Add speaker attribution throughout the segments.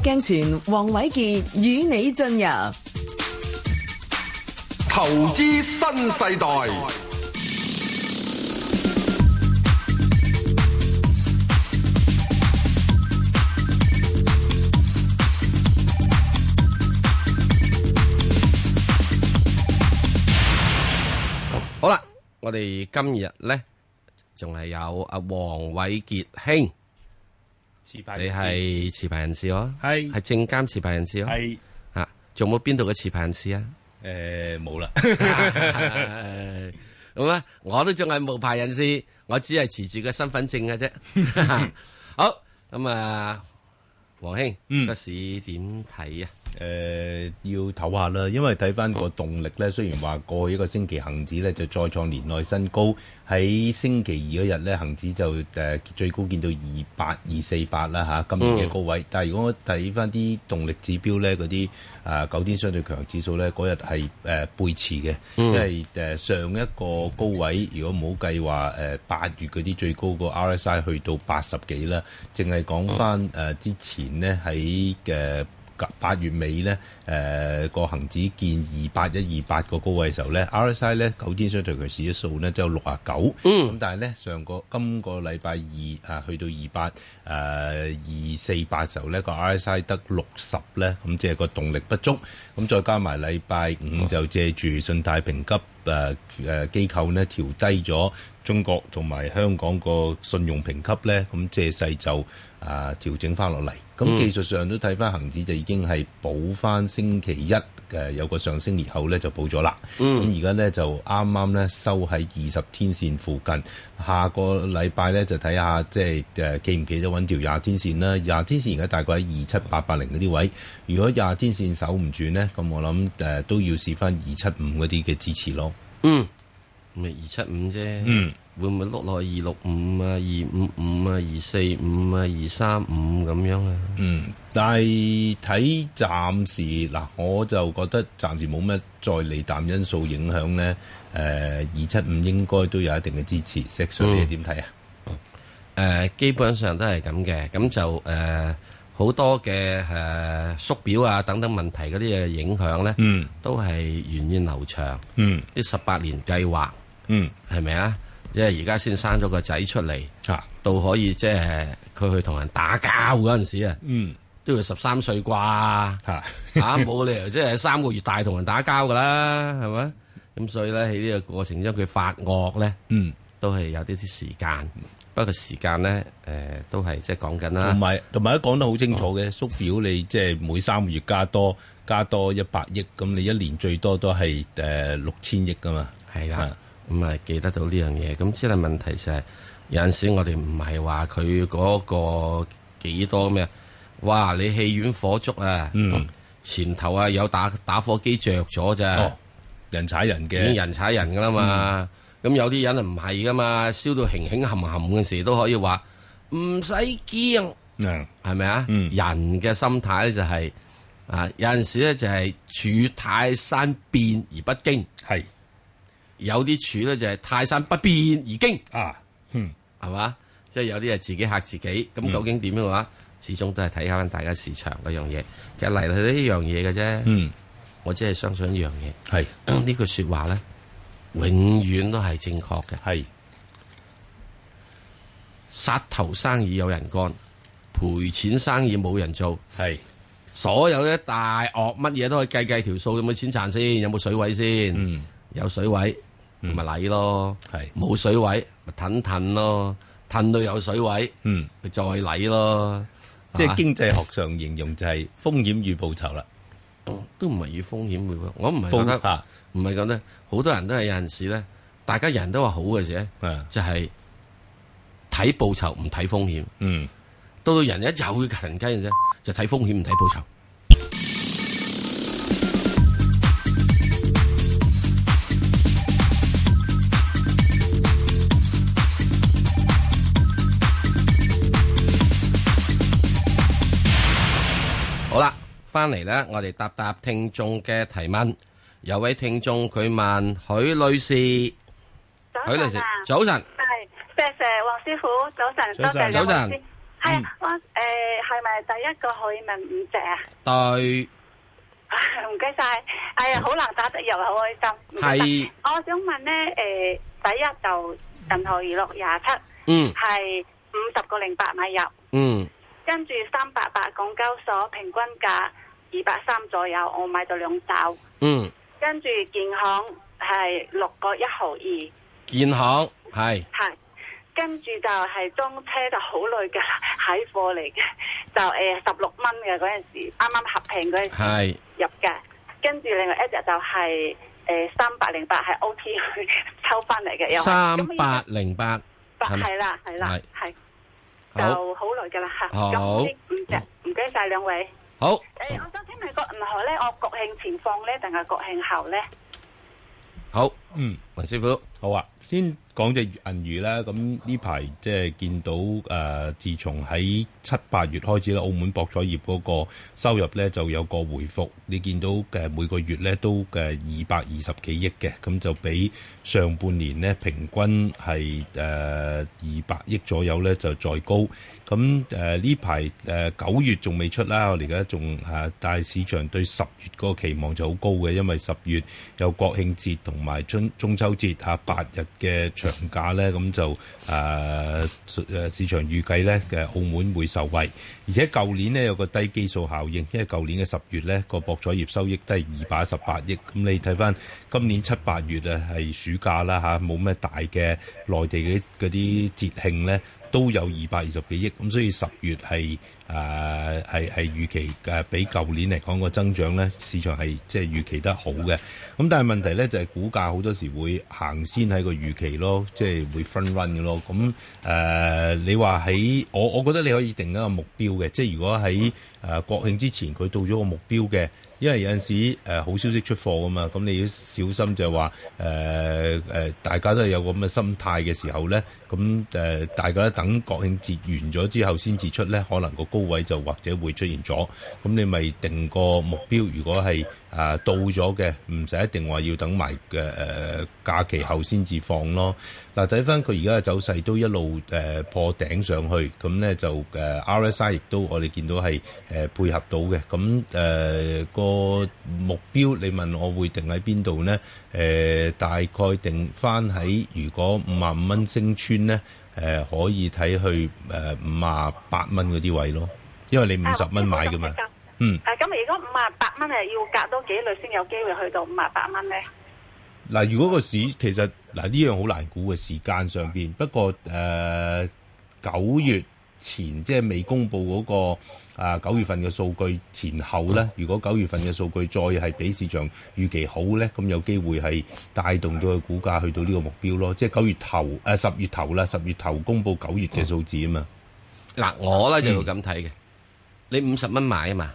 Speaker 1: 鏡前，黃偉傑與你進入
Speaker 2: 投資新世代。好啦，我哋今日咧仲係有阿黃偉傑兄，
Speaker 3: 持牌
Speaker 2: 你
Speaker 3: 人士
Speaker 2: 係持牌人士喎，
Speaker 3: 係
Speaker 2: 係證監持牌人士喎，
Speaker 3: 係
Speaker 2: 啊，仲有冇邊度嘅持牌人士啊？
Speaker 3: 誒冇啦，
Speaker 2: 咁咧，我都仲係無牌人士，我只係持住個身份證嘅 啫。好，咁啊，黃兄，
Speaker 3: 嗯
Speaker 2: 個市點睇啊？
Speaker 3: 誒呃要唞下啦，因為睇翻個動力咧，雖然話過去一個星期恒指咧就再創年內新高，喺星期二嗰日咧恒指就誒、最高見到二八二四八啦嚇，今年嘅高位。但係如果我睇翻啲動力指標咧，嗰啲啊九天相對強指數咧，嗰日係誒背馳嘅，因為誒、上一個高位，如果冇計話誒八月嗰啲最高個 RSI 去到八十幾啦，淨係講翻誒之前呢喺呃誒。八月尾咧，誒、個恆指見二八一二八個高位嘅時候咧，RSI 咧九天相對強指數咧都有六啊九，咁但係咧上個今個禮拜二啊去到二八誒二四八時候咧個 RSI 得六十咧，咁即係個動力不足，咁再加埋禮拜五就借住信貸評級。誒誒機構呢調低咗中國同埋香港個信用評級咧，咁借勢就啊調整翻落嚟。咁技術上都睇翻恒指就已經係補翻星期一嘅有個上升裂口咧就補咗啦。咁而家咧就啱啱咧收喺二十天線附近。下個禮拜咧就睇下即係誒記唔記得揾條廿天線啦。廿天線而家大概喺二七八八零嗰啲位。如果廿天線守唔住呢，咁我諗誒、呃都要試翻二七五嗰啲嘅支持咯。
Speaker 2: 嗯，咪二七五啫。
Speaker 3: 嗯，
Speaker 2: 會唔會碌落去二六五啊、二五五啊、二四五啊、二三五咁樣啊？
Speaker 3: 嗯，但係睇暫時嗱，我就覺得暫時冇乜再利淡因素影響呢。誒二七五應該都有一定嘅支持。石 Sir 你點睇啊？
Speaker 2: 誒、呃基本上都係咁嘅，咁就誒呃好、多嘅誒、縮表啊等等問題嗰啲嘅影響咧，
Speaker 3: 嗯
Speaker 2: 都係源遠流長。
Speaker 3: 嗯
Speaker 2: 啲十八年計劃
Speaker 3: 嗯
Speaker 2: 係咪啊？即係而家先生咗個仔出嚟，
Speaker 3: 嚇
Speaker 2: 到可以即係佢去同人打交嗰陣時啊，
Speaker 3: 嗯
Speaker 2: 都要十三歲啩。
Speaker 3: 嚇
Speaker 2: 嚇冇理由即係三個月大同人打交噶啦，係咪？咁所以咧喺呢個過程中，佢發惡咧
Speaker 3: 嗯，
Speaker 2: 都係有啲啲時間，不過時間咧誒、都係即係講緊啦
Speaker 3: 同。埋同埋都講得好清楚嘅，縮表你即係每三個月加多加多一百億，咁你一年最多都係誒六千億噶嘛。
Speaker 2: 係啦，咁啊記得到呢樣嘢。咁只係問題就係、有陣時我哋唔係話佢嗰個幾多咩，哇！你戲院火燭啊，
Speaker 3: 嗯
Speaker 2: 前頭啊有打打火機着咗咋，
Speaker 3: 哦，人踩人
Speaker 2: 啊已經
Speaker 3: 嘅，
Speaker 2: 人踩人噶啦嘛。
Speaker 3: 嗯
Speaker 2: 咁、有啲人啊唔係噶嘛，燒到興興含含嘅時都可以話唔使驚，
Speaker 3: 嗯
Speaker 2: 係咪啊？
Speaker 3: 嗯
Speaker 2: 人嘅心態咧就係、啊，有陣時咧就係處泰山變而不驚。
Speaker 3: 係
Speaker 2: 有啲柱咧就係泰山不變而驚，
Speaker 3: 啊，嗯
Speaker 2: 係嘛？即係有啲係自己嚇自己，咁究竟點嘅話，始終都係睇翻大家市場嗰樣嘢。其實嚟嚟呢樣嘢嘅啫，
Speaker 3: 嗯
Speaker 2: 我只係相信一樣嘢，
Speaker 3: 係
Speaker 2: 呢句説話咧，永遠都係正確嘅。
Speaker 3: 係
Speaker 2: 殺頭生意有人幹，賠錢生意冇人做，
Speaker 3: 係
Speaker 2: 所有咧大鱷乜嘢都可以計計條數，有冇錢賺先，有冇水位先，
Speaker 3: 嗯
Speaker 2: 有水位咪嚟咯。
Speaker 3: 係
Speaker 2: 冇水位咪褪褪咯，褪到有水位
Speaker 3: 嗯，
Speaker 2: 咪再嚟咯，
Speaker 3: 即
Speaker 2: 啊
Speaker 3: 係經濟學上形容就係風險與報酬啦，
Speaker 2: 都唔係與風險回報。我唔係覺
Speaker 3: 報
Speaker 2: 得，
Speaker 3: 嚇
Speaker 2: 唔係覺得，好多人都係有陣時咧，大家人都話好嘅時咧，
Speaker 3: 啊
Speaker 2: 就係睇報酬唔睇風險。
Speaker 3: 嗯
Speaker 2: 到到人一有嘅騰雞嘅啫，就睇風險唔睇報酬。好啦，翻嚟咧，我哋答答聽眾嘅提問。有位聽眾佢問許女士，許
Speaker 4: 早
Speaker 2: 女
Speaker 4: 晨
Speaker 2: 士
Speaker 4: 啊，
Speaker 2: 早晨，
Speaker 4: 係，謝謝黃師傅，早晨，
Speaker 3: 早晨
Speaker 4: 多謝你
Speaker 2: 早晨嗯
Speaker 4: 黃師係啊，我誒係咪第一個可以問五隻啊？
Speaker 2: 對，
Speaker 4: 唔該晒，哎呀，好難打得入啊，好開心。唔該晒
Speaker 2: 係
Speaker 4: 我想問咧，誒、第一就銀河娛樂廿七
Speaker 2: 嗯
Speaker 4: 係五十個零八買入，
Speaker 2: 嗯，
Speaker 4: 跟住三百八港交所平均價二百三左右，我買咗兩手，
Speaker 2: 嗯，
Speaker 4: 跟住建行係六個一毫二，係，
Speaker 2: 建行係
Speaker 4: 跟住就係裝車就好耐嘅蟹貨嚟嘅， 就誒十六蚊嘅嗰陣時，啱啱合併嗰陣時。
Speaker 2: 係
Speaker 4: 入嘅，跟住另外一隻就係誒三百零八係 O T 去抽翻嚟嘅，又係
Speaker 2: 三八零八，係咪
Speaker 4: 係啦係啦
Speaker 2: 係
Speaker 4: 係
Speaker 2: 好
Speaker 4: 就好耐㗎啦嚇。
Speaker 2: 好
Speaker 4: 咁呢五隻唔該晒兩位。
Speaker 2: 好
Speaker 4: 誒，我想聽美國銀河咧，我國慶前放咧定係國慶後咧？
Speaker 2: 好，
Speaker 3: 嗯。
Speaker 2: 林師傅，
Speaker 3: 好啊，先講只銀魚啦。咁呢排即係見到誒、呃自從喺七八月開始咧，澳門博彩業嗰個收入咧就有個回復。你見到嘅每個月咧都嘅二百二十幾億嘅，咁就比上半年咧平均係誒二百億左右咧就再高。咁誒呢排誒九月仲未出啦，我哋而家仲嚇，但係市場對十月嗰個期望就好高嘅，因為十月有國慶節同埋春中秋節嚇八日嘅長假咧，咁就誒誒、市場預計咧嘅澳門會受惠，而且舊年呢，有個低基數效應，因為舊年嘅十月咧個博彩業收益都係二百一十八億，咁你睇翻今年七八月啊係暑假啦嚇，冇咩大嘅內地嘅嗰啲節慶咧。都有二百二十幾億，咁所以十月係誒係係預期誒、呃比舊年嚟講個增長咧，市場係即係預期得好嘅。咁但係問題咧就係、股價好多時會行先喺個預期咯，即係會 front run 嘅咯。咁誒、呃你話喺我我覺得你可以定一個目標嘅，即係如果喺誒、呃、國慶之前佢到咗個目標嘅。因為有陣時誒、呃好消息出貨啊嘛，咁你要小心就係話誒誒，大家都係有個咁嘅心態嘅時候咧，咁誒、呃大家等國慶節完咗之後先至出咧，可能個高位就或者會出現咗，咁你咪定個目標，如果係啊、到咗嘅，唔使一定話要等埋嘅誒假期後先至放咯。嗱，睇翻佢而家嘅走勢都一路誒、呃破頂上去，咁咧就誒、呃 RSI 亦都我哋見到係誒、呃配合到嘅，咁誒、呃個目標你問我會定喺邊度咧？誒、呃大概定翻喺如果五萬五蚊升穿咧，誒、可以睇去誒五啊八蚊嗰啲位咯，因為你五
Speaker 4: 啊
Speaker 3: 十蚊買噶嘛，嗯。
Speaker 4: 誒，咁如果五啊八蚊係要隔多幾耐先有機會去到五啊八蚊咧？
Speaker 3: 嗱，如果個市其實嗱呢樣好難估嘅時間上邊，不過誒九、月前即係未公布嗰、個啊九、月份嘅數據前後咧，如果九月份嘅數據再係比市場預期好咧，咁有機會係帶動到個股價去到呢個目標咯。即係九月頭誒十、月頭啦，十月頭公布九月嘅數字啊嘛。
Speaker 2: 嗱我咧就
Speaker 3: 嗯
Speaker 2: 會咁睇嘅，你五十蚊買啊嘛，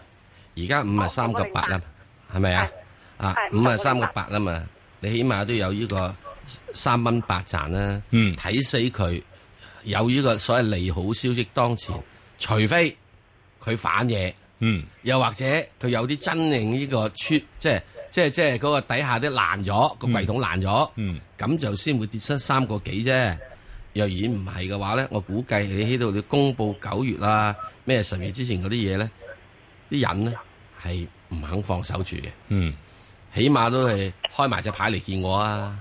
Speaker 2: 而家五啊三個八啊嘛，係咪啊？啊
Speaker 4: 係
Speaker 2: 五啊三個八啊嘛，你起碼都有呢個三蚊八賺啦，
Speaker 3: 嗯
Speaker 2: 睇死佢有呢個所謂利好消息當前，除非佢反嘢。
Speaker 3: 嗯
Speaker 2: 又或者佢有啲真正呢個出，即係即係即係嗰個底下啲爛咗，個櫃桶爛咗，咁、
Speaker 3: 嗯
Speaker 2: 就先會跌失三個幾啫。若然唔係嘅話咧，我估計你喺度你公佈九月啦、咩十月之前嗰啲嘢咧，啲人咧係唔肯放手住嘅，
Speaker 3: 嗯
Speaker 2: 起碼都係開埋隻牌嚟見我啊，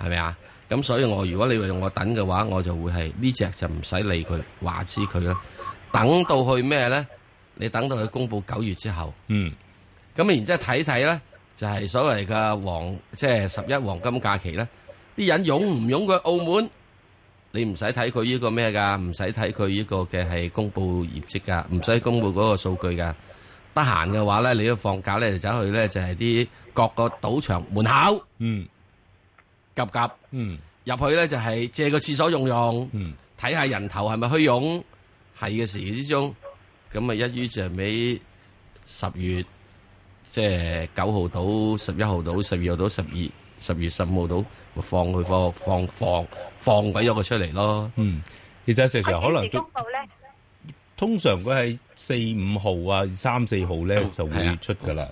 Speaker 2: 係咪啊？咁所以我如果你話用我等嘅話，我就會係呢只就唔使理佢，話知佢啦。等到去咩咧？你等到佢公佈九月之後。
Speaker 3: 嗯
Speaker 2: 咁然之後睇睇咧，就係、所謂嘅黃，即係十一黃金假期咧，啲人湧唔湧去澳門？你唔使睇佢呢個咩㗎，唔使睇佢呢個嘅係公佈業績㗎，唔使公佈嗰個數據㗎。得閒嘅話咧，你都放假咧就走去咧，就係啲各個賭場門口
Speaker 3: 嗯
Speaker 2: 夾夾
Speaker 3: 嗯
Speaker 2: 入去咧，就係借個廁所用用，
Speaker 3: 嗯
Speaker 2: 睇下人頭係咪虛湧，係嘅時之中，咁啊一於就係尾十月，即係九號到十一號到十二號到十二十月十五號到，咪放佢放放放放鬼咗佢出嚟咯。
Speaker 3: 嗯，其實石
Speaker 4: 我
Speaker 3: Sir 可能
Speaker 4: 幾時
Speaker 3: 都
Speaker 4: 公。佈咧？
Speaker 3: 通常佢係四五號啊、三四號咧就
Speaker 2: 係
Speaker 3: 會
Speaker 2: 啊
Speaker 3: 出㗎啦。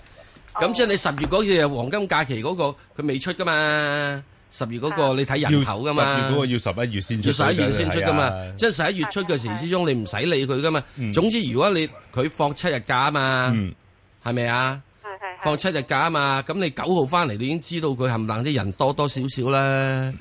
Speaker 2: 咁即係你十月嗰次係黃金假期嗰、個，佢未出噶嘛？十月嗰個你睇人口噶嘛，
Speaker 3: 要十月嗰個要十一月先出，
Speaker 2: 要十一月先出噶嘛
Speaker 3: 係啊，
Speaker 2: 即係十一月出嘅時之中，你唔使理佢噶嘛。總之，如果你佢放七日假啊嘛，
Speaker 3: 嗯，
Speaker 2: 係咪啊？
Speaker 4: 係係係
Speaker 2: 放七日假啊嘛，咁你九號翻嚟，你已經知道佢冚唪唥啲人多多少少
Speaker 3: 嗯
Speaker 2: 啦。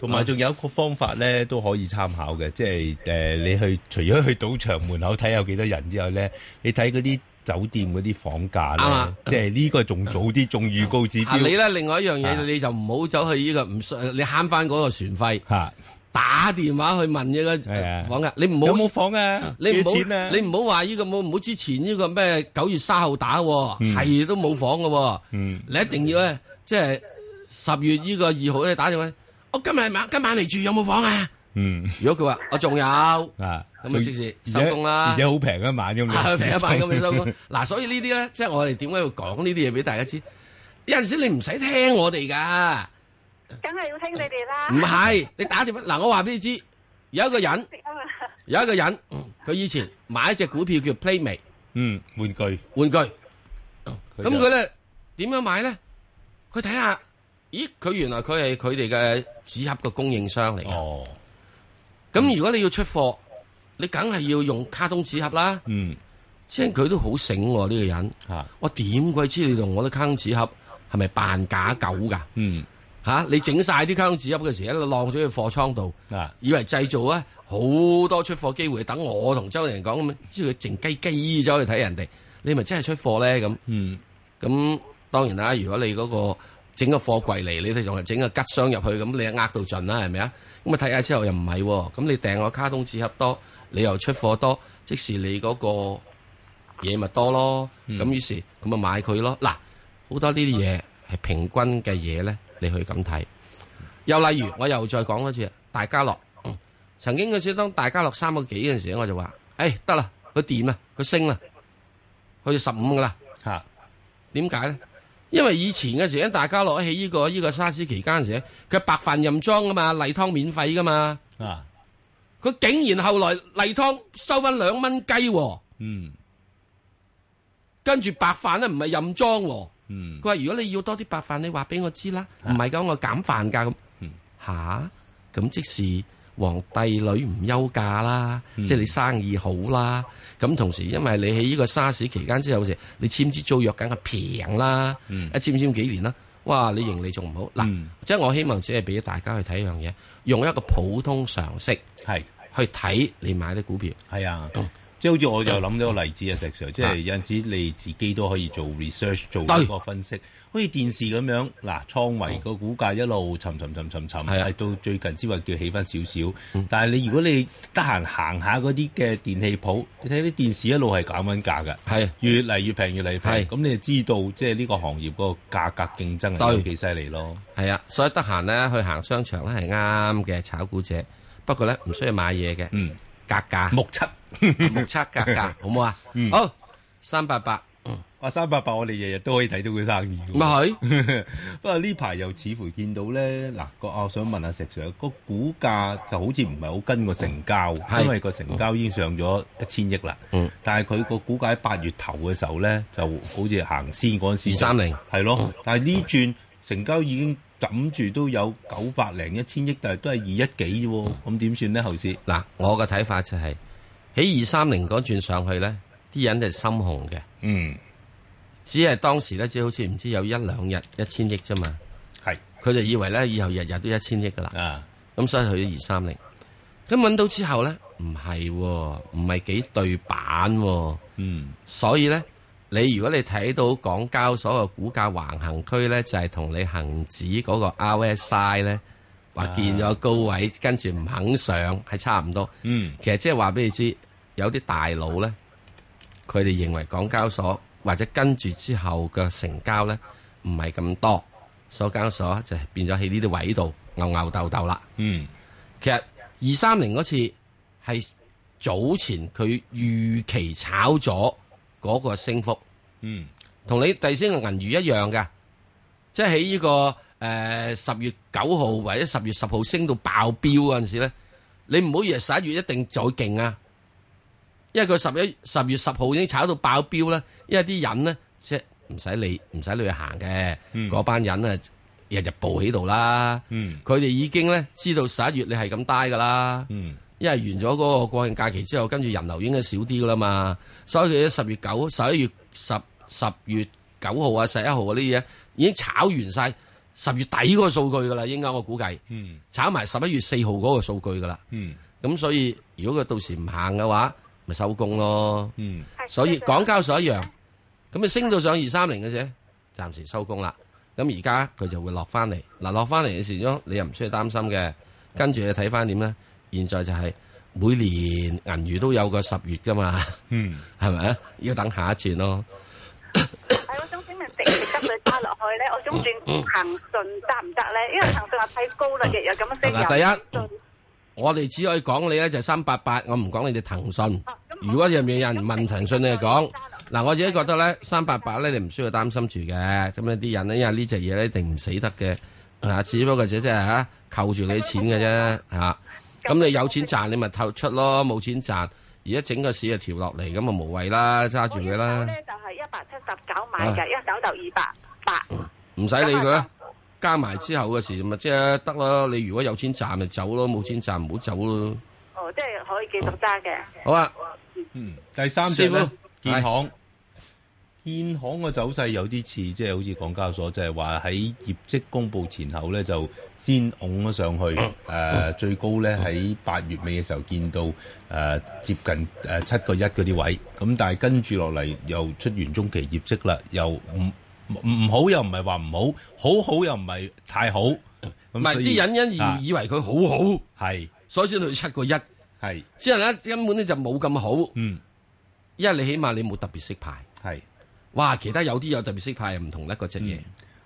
Speaker 3: 同埋仲有一個方法咧，都可以參考嘅，即係誒、呃你去除咗去賭場門口睇有幾多人之外咧，你睇嗰啲酒店嗰啲房
Speaker 2: 啱
Speaker 3: 價咧
Speaker 2: 啊，
Speaker 3: 即係呢個仲早啲，仲預告指
Speaker 2: 啊，你
Speaker 3: 標
Speaker 2: 咧另外一樣嘢
Speaker 3: 啊，
Speaker 2: 你就唔好走去呢個唔需，你慳翻嗰個船費，
Speaker 3: 嚇，
Speaker 2: 打電話去問呢個呃
Speaker 3: 係啊
Speaker 2: 房嘅，你唔
Speaker 3: 有
Speaker 2: 好
Speaker 3: 冇房啊？
Speaker 2: 你
Speaker 3: 幾
Speaker 2: 唔
Speaker 3: 多錢
Speaker 2: 好
Speaker 3: 啊？
Speaker 2: 你唔好話呢個冇唔好之前呢個咩九月三號打喎，
Speaker 3: 嗯
Speaker 2: 係都冇房嘅喎，
Speaker 3: 嗯
Speaker 2: 你一定要咧，即係十月呢個二號咧打電話，我今日晚今晚嚟住有冇房啊？
Speaker 3: 嗯
Speaker 2: 如果佢話我仲有，啊
Speaker 3: 啊，
Speaker 2: 咁咪即時
Speaker 3: 而且
Speaker 2: 收工啦
Speaker 3: 而且好平一 晚 咁樣，
Speaker 2: 平一晚咁你收工，嗱，所以呢啲咧，即係我哋點解要講呢啲嘢俾大家知？有陣時你唔使聽我哋㗎，
Speaker 4: 梗係要聽你哋啦。
Speaker 2: 唔係你打電話嗱，我話俾你知，有一個人
Speaker 4: 食啊嘛
Speaker 2: 有一個人，佢以前買一隻股票叫 Playmate
Speaker 3: 嗯，玩具，咁
Speaker 2: 玩具。咁佢咧點樣買咧？佢睇下，咦，佢原來佢係佢哋嘅紙盒嘅供應商嚟嘅。
Speaker 3: 哦，
Speaker 2: 咁、如果你要出貨，你梗係要用卡通紙盒啦。
Speaker 3: 嗯
Speaker 2: 即係佢都好醒喎，呢、個人。
Speaker 3: 嚇，
Speaker 2: 我點鬼知你同我啲卡通紙盒係咪扮假狗㗎？
Speaker 3: 嗯
Speaker 2: 吓、你整晒啲卡通紙盒嘅時候，一晾咗去貨倉度，
Speaker 3: 啊，
Speaker 2: 以為製造啊好多出貨機會，等我同周人講咁，知佢靜雞雞走去睇人哋，你咪真係出貨咧咁。
Speaker 3: 嗯
Speaker 2: 咁當然啦，如果你嗰、個整個貨櫃嚟，你哋仲係整個吉箱入去，咁你係呃到盡啦，係咪啊？咁啊睇下之後又唔係喎，咁你訂個卡通紙盒多，你又出貨多，即時你嗰個嘢咪多咯。咁、於是咁咪買佢咯。嗱，好多呢啲嘢係平均嘅嘢咧，你去咁睇。又例如，我又再講多次，大家樂、嗯曾經嗰時當大家樂三個幾嗰陣時，我就話：，誒得啦，佢掂啦，佢升啦，去到十五噶啦。
Speaker 3: 嚇，
Speaker 2: 點解咧？因為以前嘅時咧，大家攞起呢個呢個沙士期間嘅時咧，佢係白飯任裝噶嘛，例湯免費噶嘛，
Speaker 3: 啊，
Speaker 2: 佢竟然後來例湯收翻兩蚊雞喎，
Speaker 3: 嗯
Speaker 2: 跟住白飯咧唔係任裝喎。
Speaker 3: 嗯
Speaker 2: 佢話如果你要多啲白飯，你話俾我知啦，唔係咁我減飯㗎咁
Speaker 3: 啊嗯。
Speaker 2: 吓，咁即是皇帝女唔休假啦，
Speaker 3: 嗯
Speaker 2: 即係你生意好啦。咁同時因為你喺呢個沙士期間之後嘅時，你簽支租約梗係平啦，一簽簽幾年啦。哇！你盈利仲唔好嗱
Speaker 3: 嗯，
Speaker 2: 即係我希望只係俾大家去睇一樣嘢，用一個普通常識
Speaker 3: 係。
Speaker 2: 去睇你買啲股票。
Speaker 3: 係啊，
Speaker 2: 哦
Speaker 3: 即係好似我又諗咗個例子啊，石 Sir，即係有陣時你自己都可以做 research 做呢個分析，好似電視咁樣，嗱，創維個股價一路沉沉沉沉沉，
Speaker 2: 係啊嗯
Speaker 3: 係到最近先話叫起翻少少。但係你如果你得閒行下嗰啲嘅電器鋪，你睇啲電視一路係減緊價㗎。
Speaker 2: 係
Speaker 3: 越嚟越平，越嚟越平，
Speaker 2: 係
Speaker 3: 咁你就知道即係呢個行業嗰個價格競爭係
Speaker 2: 對
Speaker 3: 有幾犀利咯。
Speaker 2: 係啊，所以得閒咧去行商場咧係啱嘅，炒股者。不過咧唔需要買嘢嘅，
Speaker 3: 嗯，
Speaker 2: 格價
Speaker 3: 目 測
Speaker 2: 目測格價，好唔好啊？好三八八
Speaker 3: 啊，三百八我哋日日都可以睇到佢生意㗎喎。
Speaker 2: 咪佢
Speaker 3: 不過呢排又似乎見到咧，嗱個啊我想問下石 Sir，個股價就好似唔係好跟個成交，
Speaker 2: 係
Speaker 3: 因為個成交已經上咗一千億啦。
Speaker 2: 嗯
Speaker 3: 但係佢個股價喺八月頭嘅時候咧，就好似行先嗰陣時，
Speaker 2: 230
Speaker 3: 係咯。但係呢轉成交已經枕住都有九百零一千億，但係都係二一幾啫喎，咁點算咧？後市
Speaker 2: 嗱，我嘅睇法就係喺二三零嗰轉上去咧，啲人就心紅嘅，
Speaker 3: 嗯
Speaker 2: 只係當時咧只好似唔知有一兩日一千億啫嘛，
Speaker 3: 係
Speaker 2: 佢就以為咧以後日日都一千億噶啦，
Speaker 3: 啊
Speaker 2: 咁所以去咗二三零，咁揾到之後咧唔係喎，唔係幾對版喎。
Speaker 3: 嗯
Speaker 2: 所以咧，你如果你睇到港交所嘅股價橫行區咧，就係、同你恒指嗰個 RSI 咧，話見咗高位，跟住唔肯上，係差唔多。
Speaker 3: 嗯
Speaker 2: 其實即係話俾你知，有啲大佬咧，佢哋認為港交所或者跟住之後嘅成交咧，唔係咁多，所以港交所就變咗喺呢啲位度牛牛鬥鬥啦。
Speaker 3: 嗯
Speaker 2: 其實二三零嗰次係早前佢預期炒咗嗰個升幅，
Speaker 3: 嗯
Speaker 2: 同你第先個銀娛一樣嘅，即係喺呢個誒十、月九號或者十月十號升到爆標嗰陣時咧，你唔好以為十一月一定再勁啊，因為佢十一十月十號已經炒到爆標啦，因為啲人咧即係唔使理唔使理佢行嘅，嗰、班人啊。日日報喺度啦。
Speaker 3: 嗯
Speaker 2: 佢哋已經咧知道十一月你係咁呆噶啦，
Speaker 3: 嗯
Speaker 2: 因為完咗嗰個國慶假期之後，跟住人流應該少啲噶啦嘛，所以佢十月九、十一月十、十月九號啊、十一號啊呢啲嘢已經炒完晒十月底嗰個數據噶啦，應該我估計
Speaker 3: 嗯
Speaker 2: 炒埋十一月四號嗰個數據噶啦，
Speaker 3: 嗯
Speaker 2: 咁所以如果佢到時唔行嘅話，咪收工咯。
Speaker 3: 嗯
Speaker 2: 所以港交所一樣，咁你升到上二三零嘅啫，暫時收工啦。咁而家佢就會落翻嚟，嗱落翻嚟嘅時鐘，你又唔需要擔心嘅。跟住你睇翻點咧？現在就係每年銀娛都有個十月噶嘛，
Speaker 3: 嗯，
Speaker 2: 係咪啊？要等下一轉咯。
Speaker 4: 係，我想請問值唔值得佢揸落去咧？我想轉騰訊得唔得咧？因為騰訊話睇高啦，日日咁樣升。
Speaker 2: 嗱第一
Speaker 4: 又唔信
Speaker 2: 我哋只可以講你咧就三八八，我唔講你哋騰訊
Speaker 4: 啊咁。
Speaker 2: 如果有嘢有人問騰訊，你就講嗱，我自己覺得咧三八八咧你唔需要擔心住嘅。咁呢啲人咧，因為呢隻嘢咧一定唔死得嘅，啊，
Speaker 4: 嗯
Speaker 2: 只不過只即係嚇扣住你錢嘅
Speaker 4: 啊
Speaker 2: 啫嚇。咁你有錢賺你咪透出咯，冇錢賺而家整個市就調落嚟，咁啊無謂啦，揸住佢
Speaker 4: 我
Speaker 2: 啦
Speaker 4: 呢，就係一百七十九買嘅，一手就二百八。
Speaker 2: 唔使理
Speaker 4: 啊
Speaker 2: 佢啦。加埋之後嘅時咪即係得咯。你如果有錢賺咪走咯，冇錢賺唔好走咯。
Speaker 4: 哦，即係可以繼續揸嘅。
Speaker 2: 好啊。
Speaker 3: 嗯，第三隻
Speaker 2: 師
Speaker 3: 咧
Speaker 2: 傅，
Speaker 3: 建行。建行嘅走勢有啲似，即係好似港交所，就係話喺業績公佈前後咧，就先拱咗上去。誒、最高咧喺八月尾嘅時候見到誒、呃接近誒七個一嗰啲位，咁但係跟住落嚟又出完中期業績啦，又唔唔唔好又唔係話唔好，好好又唔係太好。唔
Speaker 2: 唔係啲人因
Speaker 3: 啊
Speaker 2: 而以為佢好好，
Speaker 3: 係
Speaker 2: 所以先去七個一。
Speaker 3: 係
Speaker 2: 之後咧根本咧就冇咁好，
Speaker 3: 嗯
Speaker 2: 因為你起碼你冇特別識牌。
Speaker 3: 係。
Speaker 2: 哇，其他有啲有特別識牌又唔同得嗰隻嘢。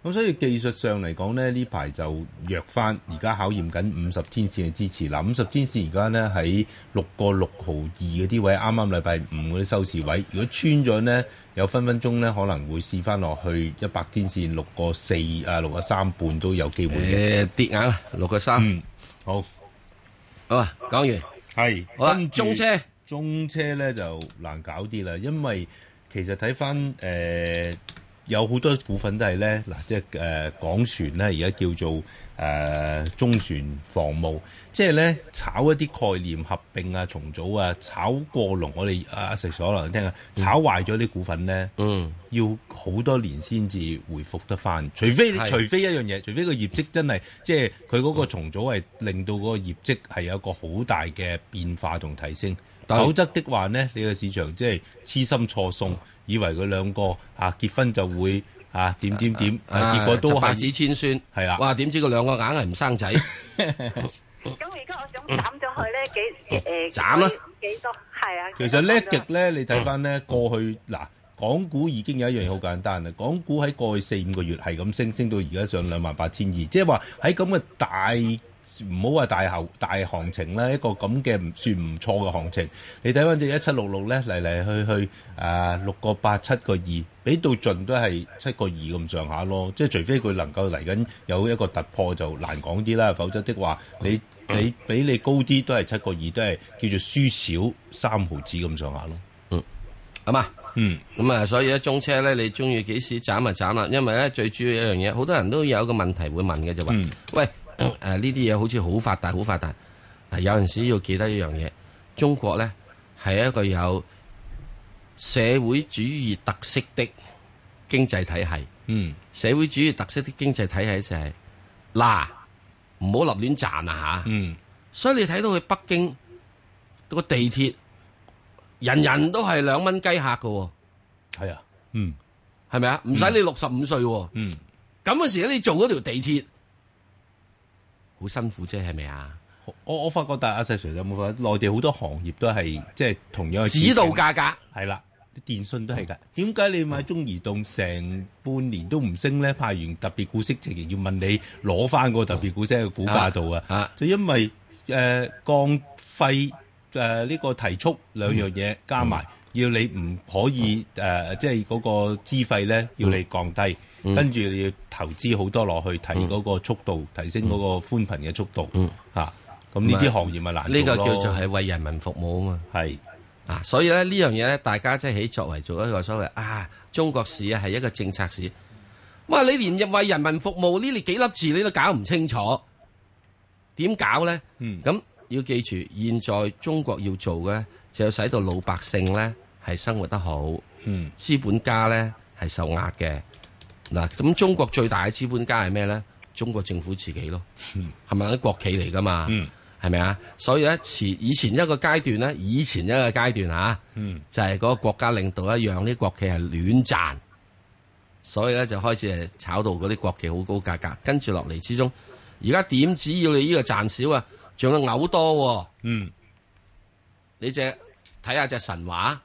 Speaker 3: 咁所以技術上嚟講咧，呢排就弱翻，而家考驗緊五十天線嘅支持。嗱，五十天線而家咧喺六個六毫二嗰啲位，啱啱禮拜五嗰啲收市位，如果穿咗呢，有分分鐘咧可能會試翻落去一百天線六個四啊，六個三半都有機會
Speaker 2: 誒
Speaker 3: 嘅。
Speaker 2: 啊跌硬啦，六個三。
Speaker 3: 嗯，好，
Speaker 2: 好啊，講完。
Speaker 3: 係，
Speaker 2: 好啦
Speaker 3: 跟，住
Speaker 2: 中車
Speaker 3: 中車咧就難搞啲啦，因為其實睇翻誒有好多股份都係咧嗱，即係誒、呃港船咧而家叫做誒、呃中船防務，即係咧炒一啲概念合併啊、重組啊、炒過龍，我哋啊阿石所能聽啊，炒壞咗啲股份咧。
Speaker 2: 嗯，
Speaker 3: 要好多年先至回復得翻，除非
Speaker 2: 係
Speaker 3: 除非一樣嘢，除非個業績真係即係佢嗰個重組係令到嗰個業績係有一個好大嘅變化同提升，
Speaker 2: 對
Speaker 3: 否則的話呢，你個市場即係痴心錯送，以為佢兩個啊結婚就會啊點點點，啊結果都
Speaker 2: 啊十八
Speaker 3: 係
Speaker 2: 子千孫。
Speaker 3: 係啦
Speaker 2: 哇，點知佢兩個硬係唔生仔，
Speaker 4: 咁而家我想斬咗佢咧，幾誒
Speaker 2: 斬啦？
Speaker 4: 幾多？係啊。
Speaker 3: 其實叻極咧，你睇翻咧過去嗱，港股已經有一樣嘢好簡單啦。港股喺過去四五個月係咁升，升到而家上兩萬八千二，即係話喺咁嘅大唔好話大後大行情啦，一個咁嘅唔算唔錯嘅行情。你睇翻只一七六六咧，嚟嚟去去誒六個八七個二，俾到盡都係七個二咁上下咯。即係除非佢能夠嚟緊有一個突破就難講啲啦，否則的話你你比你高啲都係七個二，都係叫做輸少三毫子咁上下咯。
Speaker 2: 係嘛？
Speaker 3: 嗯
Speaker 2: 咁啊，所以咧中車咧，你中意幾時斬咪斬啦，因為咧最主要一樣嘢，好多人都有一個問題會問嘅就話、
Speaker 3: 嗯
Speaker 2: 喂，誒呢啲嘢好似好發達，好發達，啊有陣時要記得一樣嘢，中國咧係一個有社會主義特色的經濟體系，
Speaker 3: 嗯
Speaker 2: 社會主義特色的經濟體系就係、嗱，唔好立亂賺啊嚇，
Speaker 3: 嗯
Speaker 2: 所以你睇到去北京個地鐵，人人都係兩蚊雞客嘅喎。
Speaker 3: 係啊，嗯
Speaker 2: 系咪啊？唔使你六十五歲喎，
Speaker 3: 嗯
Speaker 2: 咁嘅時咧，你做嗰條地鐵好辛苦啫，係咪啊？
Speaker 3: 我我我發覺，但係阿細 Sir 有冇發覺內地好多行業都係即係同樣嘅
Speaker 2: 指導價格，
Speaker 3: 係啦，啲電信都係㗎。點解你買中移動成半年都唔升咧？派完特別股息，直情要問你攞翻個特別股息嘅股價度啊！
Speaker 2: 啊
Speaker 3: 就因為誒、呃降費誒呢個提速兩樣
Speaker 2: 嗯
Speaker 3: 嘢加埋，要你唔可以誒、呃即係嗰個資費咧，要
Speaker 2: 嗯
Speaker 3: 你降低。跟住你要投資好多落去，提
Speaker 2: 嗯
Speaker 3: 嗰個速度，提升嗰個寬頻嘅速度，嚇咁呢啲行業咪難
Speaker 2: 啊呢
Speaker 3: 個
Speaker 2: 個叫做係為人民服務啊嘛。
Speaker 3: 係
Speaker 2: 啊，所以咧呢樣嘢咧，大家即係喺作為做一個所謂啊，中國市啊係一個政策市。哇！你連為人民服務呢你幾粒字你都搞唔清楚，點搞咧？
Speaker 3: 嗯
Speaker 2: 咁要記住，現在中國要做嘅就要使到老百姓咧係生活得好，
Speaker 3: 嗯
Speaker 2: 資本家咧係受壓嘅。嗱，咁中國最大嘅資本家係咩咧？中國政府自己咯，係咪啲國企嚟噶嘛？
Speaker 3: 嗯
Speaker 2: 係咪啊？所以咧，前以前一個階段咧，以前一個階段啊，
Speaker 3: 嗯
Speaker 2: 就係嗰個國家領導一樣，啲國企係亂賺，所以咧就開始係炒到嗰啲國企好高價格，跟住落嚟之中，而家點只要你呢個賺少啊，仲有嘔多喎、
Speaker 3: 嗯
Speaker 2: 你只睇下隻神話，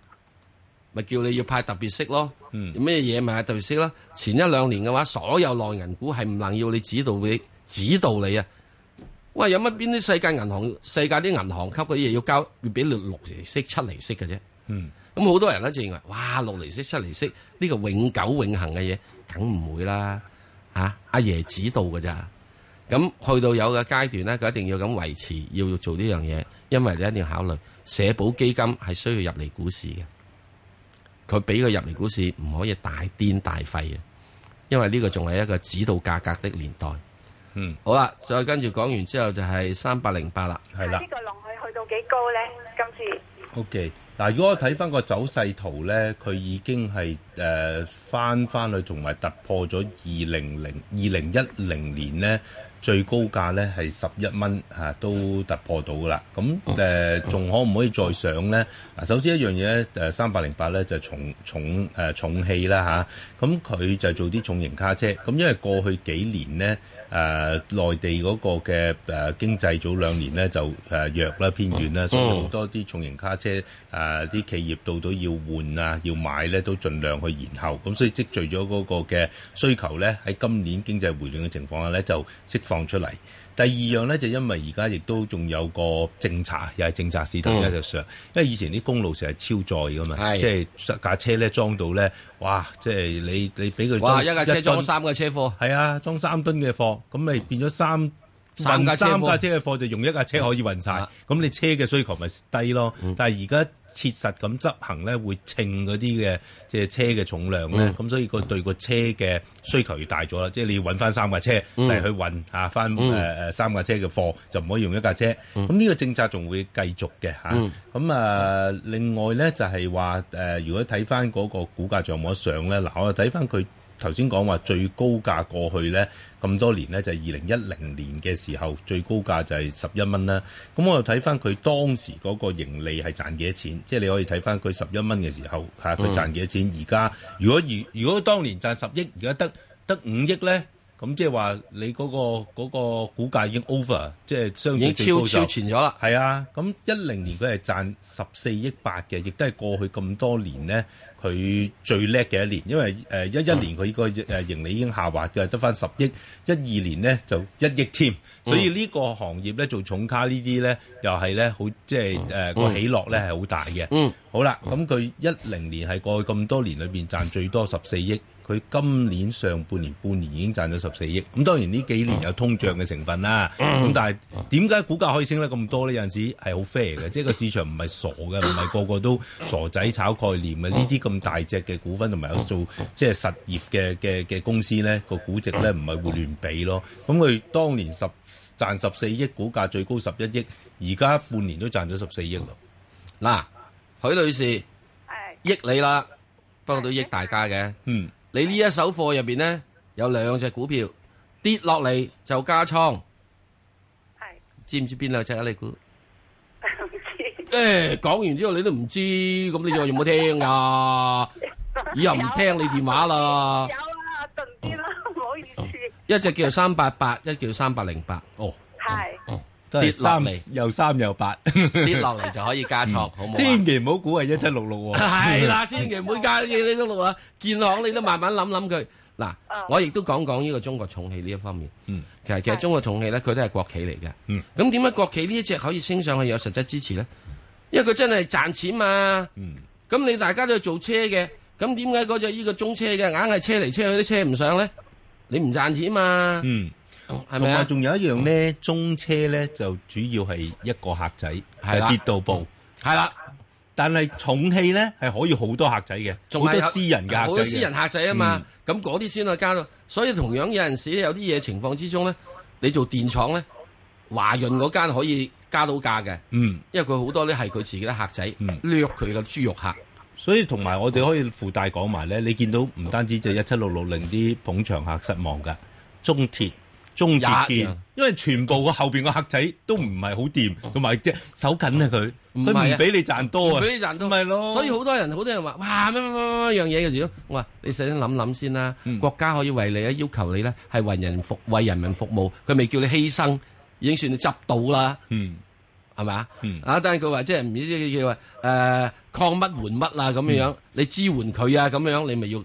Speaker 2: 咪叫你要派特別息咯。
Speaker 3: 嗯
Speaker 2: 咩嘢咪係特別息咯？前一兩年嘅話，所有內銀股係唔能要你指導你指導你啊！喂，有乜邊啲世界銀行、世界啲銀行級嘅嘢要交要俾你六厘息、七厘息嘅啫？
Speaker 3: 嗯，
Speaker 2: 咁好多人咧就認為，哇，六厘息、七厘息呢、個永久永恆嘅嘢，梗唔會啦嚇，阿、爺指導嘅咋。咁去到有嘅階段咧，佢一定要咁維持，要做呢樣嘢，因為你一定要考慮社保基金係需要入嚟股市嘅，佢俾佢入嚟股市唔可以大癲大廢嘅，因為呢個仲係一個指導價格的年代。
Speaker 3: 嗯，
Speaker 2: 好啦，再跟住講完之後就係三百零八啦。
Speaker 3: 係啦
Speaker 4: 呢。個浪去去到幾高咧？今次？
Speaker 3: O.K. 嗱，如果我睇翻個走勢圖咧，佢已經係誒翻翻去同埋突破咗二零零二零一零年咧最高價咧係十一蚊嚇都突破到噶啦。咁誒仲可唔可以再上咧？嗱，首先一樣嘢咧誒三百零八咧就重重誒、呃重器啦吓，咁、佢就做啲重型卡車。咁因為過去幾年咧。誒、內地嗰個嘅誒、呃、經濟早兩年咧就誒、呃弱啦偏軟啦，所以好多啲重型卡車誒啊啲、企業到到要換啊要買咧都盡量去延後，咁所以積聚咗嗰個嘅需求咧喺今年經濟回暖嘅情況下咧就釋放出嚟。第二樣咧就因為而家亦都仲有個政策，又係政策市頭先就上，因為以前啲公路成日超載噶嘛，
Speaker 2: 嗯係
Speaker 3: 即係架車咧裝到咧，哇！即係你你俾佢
Speaker 2: 哇！
Speaker 3: 裝
Speaker 2: 一架車裝
Speaker 3: 噸
Speaker 2: 三個車貨。
Speaker 3: 係啊，裝三噸嘅貨，咁咪變咗三
Speaker 2: 三架
Speaker 3: 運
Speaker 2: 車
Speaker 3: 三
Speaker 2: 喎
Speaker 3: 架車嘅貨就用一架車可以運晒，
Speaker 2: 啊嗯
Speaker 3: 咁你車嘅需求咪低咯。但係而家切實咁執行咧，會稱嗰啲嘅即係車嘅重量咧，
Speaker 2: 嗯
Speaker 3: 咁、所以個對個車嘅需求要大咗啦。即係你要揾翻三架車
Speaker 2: 嗯
Speaker 3: 嚟去運啊嚇翻誒誒呃三架車嘅貨，就唔可以用一架車。咁呢、個政策仲會繼續嘅嚇。
Speaker 2: 嗯
Speaker 3: 咁啊，另外咧就係話誒，如果睇翻嗰個股價仲有冇得上咧，嗱，我睇翻佢頭先講話最高價過去咧咁多年咧，就係二零一零年嘅時候最高價就係十一蚊啦。咁我又睇翻佢當時嗰個盈利係賺幾多錢，即係你可以睇翻佢十一蚊嘅時候嚇
Speaker 2: 嗯
Speaker 3: 佢賺幾多錢。而家如果如如果當年賺十億，而家得得五億咧，咁即係話你嗰、個嗰、個股價已經 over，即係相對
Speaker 2: 已
Speaker 3: 最
Speaker 2: 經超
Speaker 3: 高就
Speaker 2: 超前咗啦。
Speaker 3: 係啊，咁一零年佢係賺十四億八嘅，亦都係過去咁多年呢，佢最叻嘅一年。因為誒一一年佢個
Speaker 2: 嗯
Speaker 3: 誒盈利已經下滑嘅，得翻十億；一二年呢就一億添。
Speaker 2: 嗯
Speaker 3: 所以呢個行業咧做重卡呢啲咧，又係咧好即係誒個起落咧係好大嘅。
Speaker 2: 嗯
Speaker 3: 好啦，咁佢一零年係過去咁多年裏邊賺最多十四億，佢今年上半年半年已經賺咗十四億。咁當然呢幾年有通脹嘅成分啦。
Speaker 2: 嗯
Speaker 3: 咁但係點解股價可以升得咁多呢？有陣時係好 fair 嘅，即係個市場唔係傻嘅，唔係個個都傻仔炒概念嘅。
Speaker 2: 嗯
Speaker 3: 呢啲咁大隻嘅股份同埋有做即係實業嘅嘅嘅公司咧，個估值咧唔係會亂比咯。咁佢當年十賺十四億，股價最高十一億，而家半年都賺咗十四億咯。
Speaker 2: 嗱，許女士
Speaker 4: 係
Speaker 2: 益你啦，不過都益大家嘅。
Speaker 3: 嗯
Speaker 2: 你呢一手貨入邊呢，有兩隻股票跌落嚟就加倉，
Speaker 4: 係
Speaker 2: 知唔知邊兩隻啊？你估？
Speaker 4: 唔知
Speaker 2: 誒，講完之後你都唔知，咁你仲有冇聽啊？以後唔聽你電話啦。
Speaker 4: 有啊，我頓啲啦，
Speaker 2: 哦
Speaker 4: 唔好意思，
Speaker 2: 一隻叫三八八，一隻叫三八零八，
Speaker 3: 哦。
Speaker 4: 係
Speaker 3: 都係
Speaker 2: 跌落
Speaker 3: 三
Speaker 2: 嚟
Speaker 3: 又三又八，
Speaker 2: 跌落嚟就可以加倉，
Speaker 3: Ừ.
Speaker 2: 好唔 好啊
Speaker 3: 千祈唔好估係一七六六喎。
Speaker 2: 係啦，千祈每家嘢你都錄啊，建行你都慢慢諗諗佢。嗱，我亦都講講呢個中國重汽呢一方面。
Speaker 3: 啊嗯，
Speaker 2: 其實其實中國重汽咧，佢都係國企嚟嘅。
Speaker 3: 嗯，
Speaker 2: 咁點解國企呢一隻可以升上去有實質支持咧？因為佢真係賺錢嘛。
Speaker 3: 嗯，
Speaker 2: 咁你大家都係做車嘅，咁點解嗰只呢個中車嘅硬係車嚟車去都車唔上咧？你唔賺錢嘛？
Speaker 3: 嗯，
Speaker 2: 係
Speaker 3: 同
Speaker 2: 咪
Speaker 3: 埋
Speaker 2: 啊？
Speaker 3: 仲有一樣咧，中車咧就主要係一個客仔，
Speaker 2: 係啦
Speaker 3: 係跌到步。
Speaker 2: 係啦，
Speaker 3: 但係重器咧係可以好多客仔嘅，
Speaker 2: 仲
Speaker 3: 好
Speaker 2: 係
Speaker 3: 多
Speaker 2: 有
Speaker 3: 私人嘅
Speaker 2: 好
Speaker 3: 客
Speaker 2: 多
Speaker 3: 仔
Speaker 2: 私
Speaker 3: 嘅
Speaker 2: 人客仔啊嘛。咁嗰啲先去加到。所以同樣有陣時有啲嘢情況之中咧，你做電廠咧，華潤嗰間可以加到價嘅，
Speaker 3: 嗯，
Speaker 2: 因為佢好多咧係佢自己嘅客仔
Speaker 3: 嗯
Speaker 2: 掠佢嘅豬肉客。
Speaker 3: 所以同埋我哋可以附帶講埋咧，你見到唔單止就一七六六令啲捧場客失望㗎，中鐵、中鐵
Speaker 2: 也一
Speaker 3: 建
Speaker 2: 樣，
Speaker 3: 因為全部個後邊個客仔都唔係好掂，同埋即係手緊啊佢，
Speaker 2: 唔係啊
Speaker 3: 佢唔俾你賺多啊，
Speaker 2: 俾你賺到，
Speaker 3: 咪咯，
Speaker 2: 所以好多人好多人話：哇，乜乜乜乜樣嘢嘅時候，我話你首先諗諗先啦。
Speaker 3: 嗯
Speaker 2: 國家可以為你咧要求你咧係為人服為人民服務，佢未叫你犧牲，已經算你執到啦，
Speaker 3: 嗯
Speaker 2: 係咪啊
Speaker 3: 嗯？
Speaker 2: 啊，但係佢話即係唔知叫話誒抗乜援乜啊咁樣樣，你支援佢啊咁樣，你咪要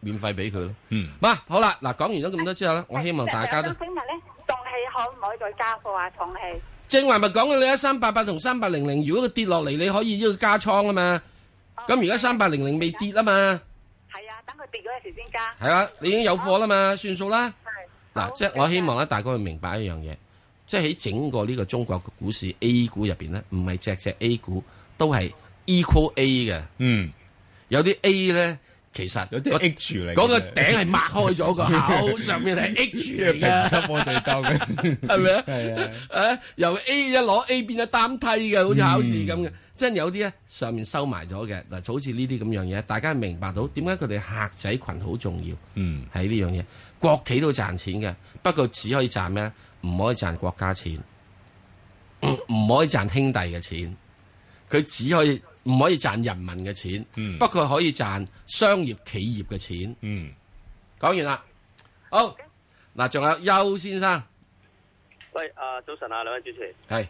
Speaker 2: 免費俾佢咯。
Speaker 3: 嗯。
Speaker 2: 嗱，好啦，嗱講完咗咁多之後咧，我希望大家 都
Speaker 4: 想請問咧，重氣可唔可以再加貨啊？重氣
Speaker 2: 正話咪講嘅你一三八八同三八零零，如果佢跌落嚟，你可以呢個加倉啊嘛。咁而家三八零零未跌啊嘛。
Speaker 4: 係啊，等佢跌嗰陣時先加。
Speaker 2: 系啦，你已經有貨啦嘛，算數啦。
Speaker 4: 係
Speaker 2: 啊嗱，即係我希望咧，大家會明白一樣嘢，即係喺整個呢個中國嘅股市 A 股入邊咧，唔係隻隻 A 股都係 equal A 嘅，
Speaker 3: 嗯，
Speaker 2: 有啲 A 咧其實
Speaker 3: 有啲
Speaker 2: 個
Speaker 3: H 嚟嘅，
Speaker 2: 嗰個頂係擘開咗 個口，上面係 H
Speaker 3: 即係
Speaker 2: 嚟
Speaker 3: 平
Speaker 2: 嘅，
Speaker 3: 級我哋當嘅，
Speaker 2: 係咪啊？
Speaker 3: 係
Speaker 2: 誒，由 A 一攞 A 變咗單梯嘅，好似考試咁
Speaker 3: 嗯
Speaker 2: 嘅。即係有啲咧上面收埋咗嘅，嗱，就好似呢啲咁樣嘢，大家明白到點解佢哋客仔群好重要。
Speaker 3: 嗯
Speaker 2: 喺呢樣嘢，國企都賺錢嘅，不過只可以賺咩？唔可以賺國家錢，唔可以賺兄弟嘅錢，佢只可以唔可以賺人民嘅錢，
Speaker 3: 嗯
Speaker 2: 不過可以賺商業企業嘅錢。
Speaker 3: 嗯，
Speaker 2: 講完啦，好嗱，仲有邱先生
Speaker 5: 喂，啊，早晨啊，兩位主持，
Speaker 2: 係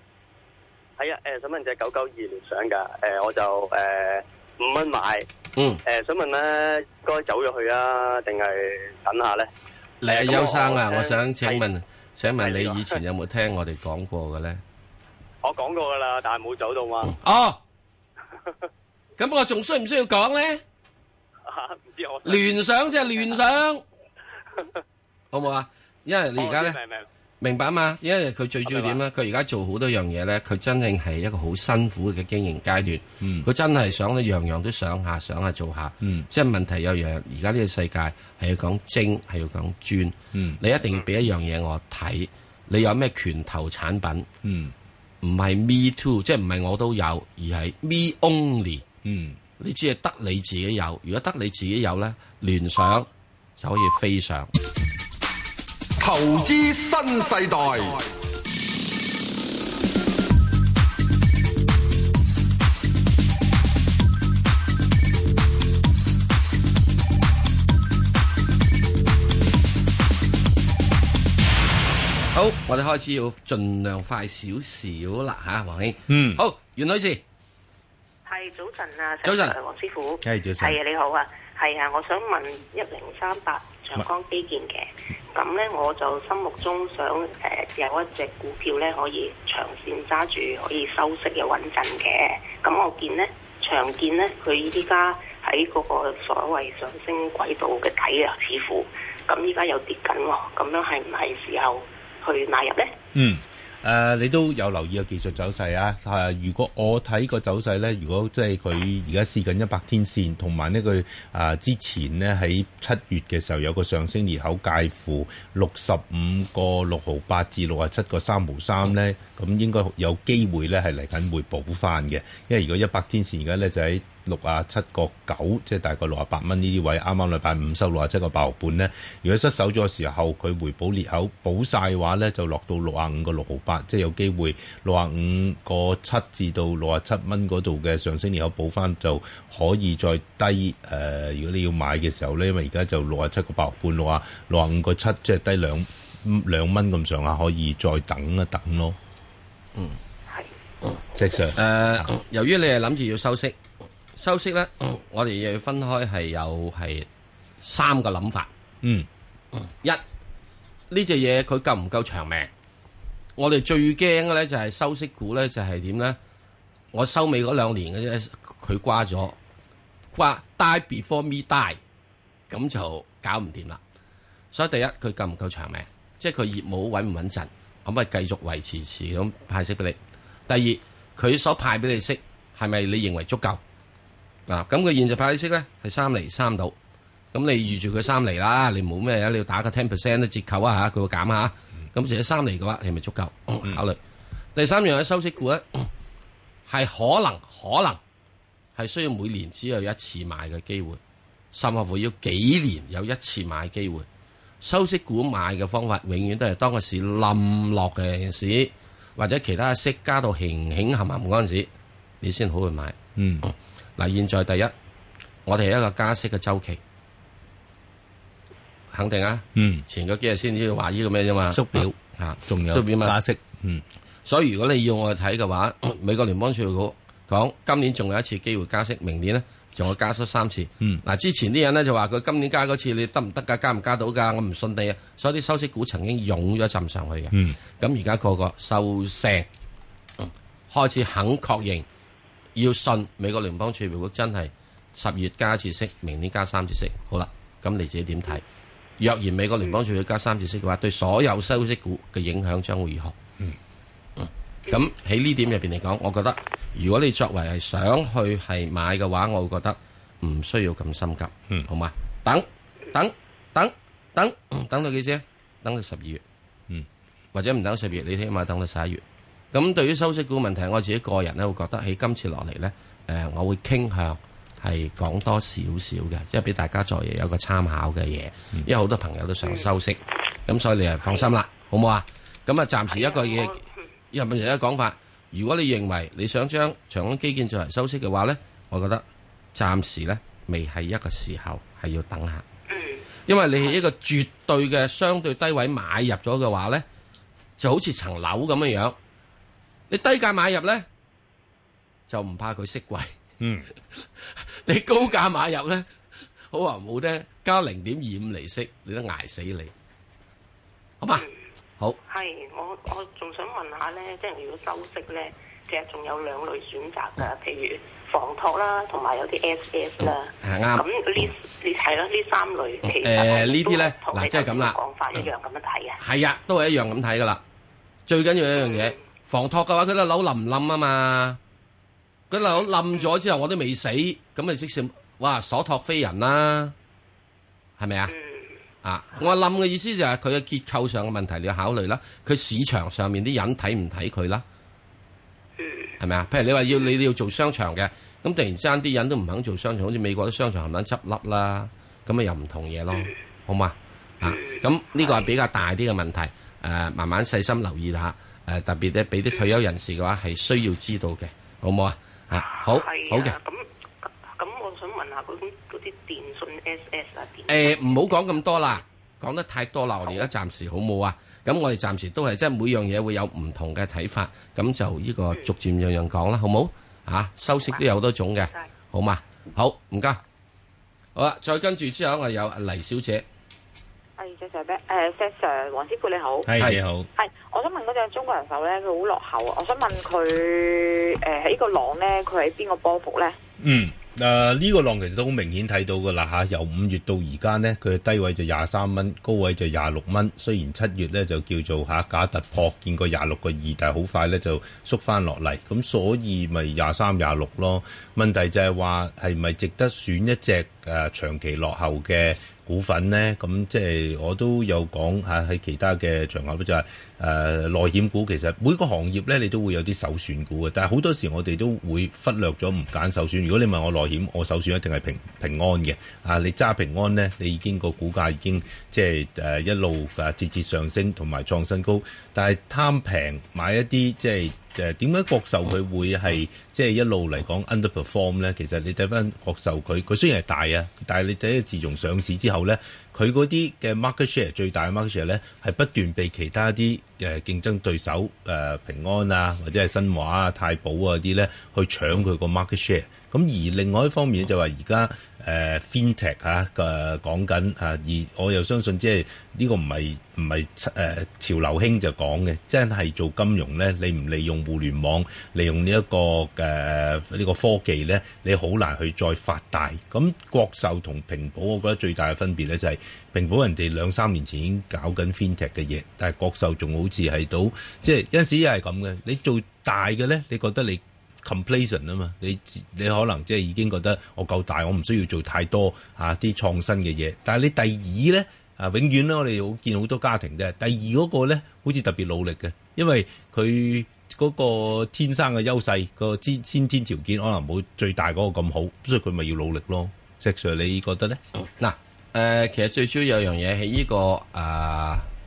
Speaker 5: 係啊，誒、想問只九九二聯想㗎，誒、我就誒五蚊買，誒、
Speaker 2: 嗯，
Speaker 5: 想問咧，該走咗去啊，定係等下咧？
Speaker 2: 你啊
Speaker 5: 咁
Speaker 2: 邱生啊，
Speaker 5: 我
Speaker 2: 我想
Speaker 5: 誒
Speaker 2: 請
Speaker 5: 係
Speaker 2: 問請問
Speaker 5: 係呢個
Speaker 2: 你以前有冇聽我哋講過嘅咧？
Speaker 5: 我講過㗎啦，但係冇走到嘛，
Speaker 2: 哦，咁我仲需唔需要講咧？
Speaker 5: 唔知我
Speaker 2: 聯想即係聯想，好唔好啊？因為你而家咧
Speaker 5: 哦明明
Speaker 2: 明白啊嘛，因為佢最主要點咧，佢而家做好多樣嘢咧，佢真正係一個好辛苦嘅經營階段。
Speaker 3: 嗯
Speaker 2: 佢真係想咧，樣樣都想下，想下做下。
Speaker 3: 嗯
Speaker 2: 即係問題有樣，而家呢個世界係要講精，係要講專。
Speaker 3: 嗯
Speaker 2: 你一定要俾一樣嘢我睇，你有咩拳頭產品？
Speaker 3: 嗯
Speaker 2: 唔係 me too，即係唔係我都有，而係 me only。
Speaker 3: 嗯
Speaker 2: 你只係得你自己有，如果得你自己有咧，聯想就可以飛上。
Speaker 6: 投資新世代，
Speaker 2: 好，我哋開始要盡量快少少啦吓，黃兄。
Speaker 3: 嗯
Speaker 2: 好，袁女士，
Speaker 7: 係早晨啊，
Speaker 2: 早晨
Speaker 7: 石 Sir，黃師傅，
Speaker 3: 係早晨
Speaker 7: 係啊，你好啊，係啊，我想問一零三八長江基建嘅，咁咧我就心目中想誒、呃有一隻股票咧可以長線揸住，可以收息又穩陣嘅，咁我見咧長建咧佢依家喺嗰個所謂上升軌道嘅睇啊，似乎咁依家又跌緊喎，咁樣係唔係時候去買入咧？
Speaker 3: 嗯，誒、你都有留意個技術走勢啊！誒、如果我睇個走勢咧，如果即係佢而家試緊一百天線，同埋呢佢誒之前呢，喺七月嘅時候有個上升裂口介乎六十五個六毫八至六啊七個三毫三咧，咁應該有機會咧係嚟緊會補翻嘅，因為如果一百天線而家咧就喺六啊七個九，即係大概六啊八蚊呢啲位，啱啱禮拜五收六啊七個八毫半咧。如果失手咗嘅時候，佢回補裂口補晒嘅話咧，就落到六啊五個六毫八，即係有機會六啊五個七至到六啊七蚊嗰度嘅上升裂口補翻，就可以再低誒、呃如果你要買嘅時候咧，因為而家就六啊七個八毫半，六啊六啊五個七，即係低兩兩蚊咁上下，可以再等一等咯。嗯，係，石 Sir，
Speaker 2: 誒、呃由於你係諗住要收息，收息咧，我哋又要分開係有係三個諗法。
Speaker 3: 嗯
Speaker 2: 一呢只嘢佢夠唔夠長命？我哋最驚嘅咧就係收息股咧，就係點咧？我收尾嗰兩年嘅啫，佢瓜咗，瓜 die before me die，咁就搞唔掂啦。所以第一，佢夠唔夠長命，即係佢業務穩唔穩陣，可唔可以繼續維持持咁派息俾你？第二，佢所派俾你息啊係咪你認為足夠？嗱，咁佢現在派息咧係三厘三度，咁咁你預住佢三厘啦，你冇咩啊？你要打個 ten percent 折扣啊嚇，佢會減下。咁除咗三厘嘅話，係咪足夠考慮？第三樣嘅收息股咧， 係可能可能係需要每年只有一次買嘅機會，甚至乎要幾年有一次買嘅機會。收息股買嘅方法，永遠都係當個市冧落嘅時，或者其他息加到興興冚冚嗰陣時，你先好去買。
Speaker 3: 嗯，
Speaker 2: 嗱，現在第一，我哋係一個加息嘅周期，肯定啊。
Speaker 3: 嗯，
Speaker 2: 前嗰幾日先至話呢個咩啫嘛，
Speaker 3: 縮表
Speaker 2: 啊，
Speaker 3: 仲有
Speaker 2: 縮表嘛
Speaker 3: 加。息，嗯，
Speaker 2: 所以如果你要我睇嘅話，美國聯邦儲備局講今年仲有一次機會加息，明年呢仲有加息三次。嗱、
Speaker 3: 嗯
Speaker 2: 之前啲人呢就話佢今年加嗰次你得唔得㗎？加唔加到㗎？我唔信你啊！所以啲收息股曾經湧咗一浸上去嘅。
Speaker 3: 嗯
Speaker 2: 咁而家個個收聲，開始肯確認要信美國聯邦儲備局真係十月加一次息，明年加三次息。好啦，咁你自己點睇？若然美國聯邦儲備局加三次息嘅話，對所有收息股嘅影響將會如何？咁喺呢點入邊嚟講，我覺得如果你作為係想去係買嘅話，我會覺得唔需要咁心急，
Speaker 3: 嗯
Speaker 2: 好嘛？等等等等等到幾時啊？等到十二月，
Speaker 3: 嗯，
Speaker 2: 或者唔等十二月，你起碼等到十一月。咁對於收息股問題，我自己個人咧會覺得喺今次落嚟咧，誒、我會傾向係講多少少嘅，即係俾大家作為有個參考嘅嘢，
Speaker 3: 嗯
Speaker 2: 因為好多朋友都想收息，咁所以你係放心啦，好唔好啊？咁啊，暫時一個嘢。入面有一講法，如果你認為你想將長安基建作為收息嘅話呢，我覺得暫時呢未係一個時候，係要等下。因為你係一個絕對嘅相對低位買入咗嘅話呢，就好似層樓咁樣樣，你低價買入呢，就唔怕佢息貴，
Speaker 3: 嗯，
Speaker 2: 你高價買入呢，好話唔好聽，加零點二五厘息，你都捱死你，好嘛？好。
Speaker 7: 係，我我仲想問下咧，即係如果收息咧，其實仲有兩類選擇
Speaker 2: 嗯
Speaker 7: 㗎，譬如房託啦，同埋有啲 S S 啦。
Speaker 2: 係嗯啱哦
Speaker 7: 咁呢呢係咯，呢三類其實
Speaker 2: 誒
Speaker 7: 係
Speaker 2: 呢啲呢
Speaker 7: 都同
Speaker 2: 嗱
Speaker 7: 你
Speaker 2: 即係咁啦嗯
Speaker 7: 頭先講法一樣咁樣睇啊。
Speaker 2: 係啊，都係一樣咁睇噶啦。最緊要一樣嘢，房托嘅話，佢個樓冧唔冧啊嘛？佢樓冧咗之後，我都未死，咁咪即是哇所托非人啦，係咪啊？啊，我冧嘅意思就係佢嘅結構上嘅問題，你要考慮啦。佢市場上面啲人睇唔睇佢啦？係咪啊？譬如你話要你要做商場嘅，咁突然之間啲人都唔肯做商場，好似美國啲商場唔肯執笠啦，咁咪又唔同嘢咯，好嘛？啊，咁呢個係比較大啲嘅問題，誒、慢慢細心留意下，誒、特別咧俾啲退休人士嘅話係需要知道嘅，好唔好啊？啊，好，好
Speaker 7: 係
Speaker 2: 嘅。
Speaker 7: 啊。咁咁，我想問下嗰啲嗰啲電信 S S 啊，電
Speaker 2: 誒唔好講咁多啦，講得太多啦，我哋而家暫時好冇啊。咁我哋暫時都係即係每樣嘢會有唔同嘅睇法，咁就呢個逐漸樣樣講啦，好冇？嚇、收息都有好多種嘅，好嘛？好，唔該。好啦，再跟住之後，我有阿黎小姐，
Speaker 8: 係石 Sir 咩？誒石 Sir，黃師傅你好。
Speaker 3: 係你好，
Speaker 8: 係，我想問嗰隻中國人壽咧，佢好落後啊！我想問佢誒喺個浪咧，佢喺邊個波幅咧？
Speaker 3: 嗯。誒呢、個浪其實都好明顯睇到㗎啦嚇，由五月到而家呢，佢嘅低位就廿三蚊，高位就廿六蚊。雖然七月呢就叫做嚇假突破，見過廿六個二，但係好快呢就縮翻落嚟。咁所以咪廿三廿六咯。問題就係話係咪值得選一隻誒、呃、長期落後嘅股份呢？咁即係我都有講嚇喺其他嘅場合就係、誒、呃內險股其實每個行業咧，你都會有啲首選股嘅，但係好多時我哋都會忽略咗唔揀首選。如果你問我內險，我首選一定係平平安嘅。啊，你揸平安咧，你已經個股價已經即係誒一路啊節節上升同埋創新高，但係貪平買一啲即係。誒點解國壽佢會係即係一路嚟講 underperform 咧？其實你睇翻國壽佢，佢雖然係大啊，但係你睇自從上市之後咧，佢嗰啲嘅 market share 最大嘅 market share 咧，係不斷被其他啲誒競爭對手誒、呃平安啊，或者係新華啊、太保啊啲咧去搶佢個 market share。咁而另外一方面就係而家。誒 FinTech 嚇嘅講緊嚇，而我又相信即係呢個唔係唔係誒潮流興就講嘅，真係做金融咧，你唔利用互聯網，利用呢、一個誒呢、個科技咧，你好難去再發大。咁國壽同平保，我覺得最大嘅分別咧就係、平保人哋兩三年前已經搞緊 FinTech 嘅嘢，但係國壽仲好似係到即係有陣時又係咁嘅，你做大嘅咧，你覺得你。 complacent 啊嘛，你自你可能即係已經覺得我夠大，我唔需要做太多嚇啲、創新嘅嘢。但係你第二咧啊，永遠咧我哋好見好多家庭啫，第二嗰個咧好似特別努力嘅，因為佢。嗰個天生嘅優勢，個先先天條件可能冇最大嗰個咁好，所以佢咪要努力咯。石 Sir，你覺得咧？
Speaker 2: 嗱，誒、其實最主要有樣嘢喺呢個誒、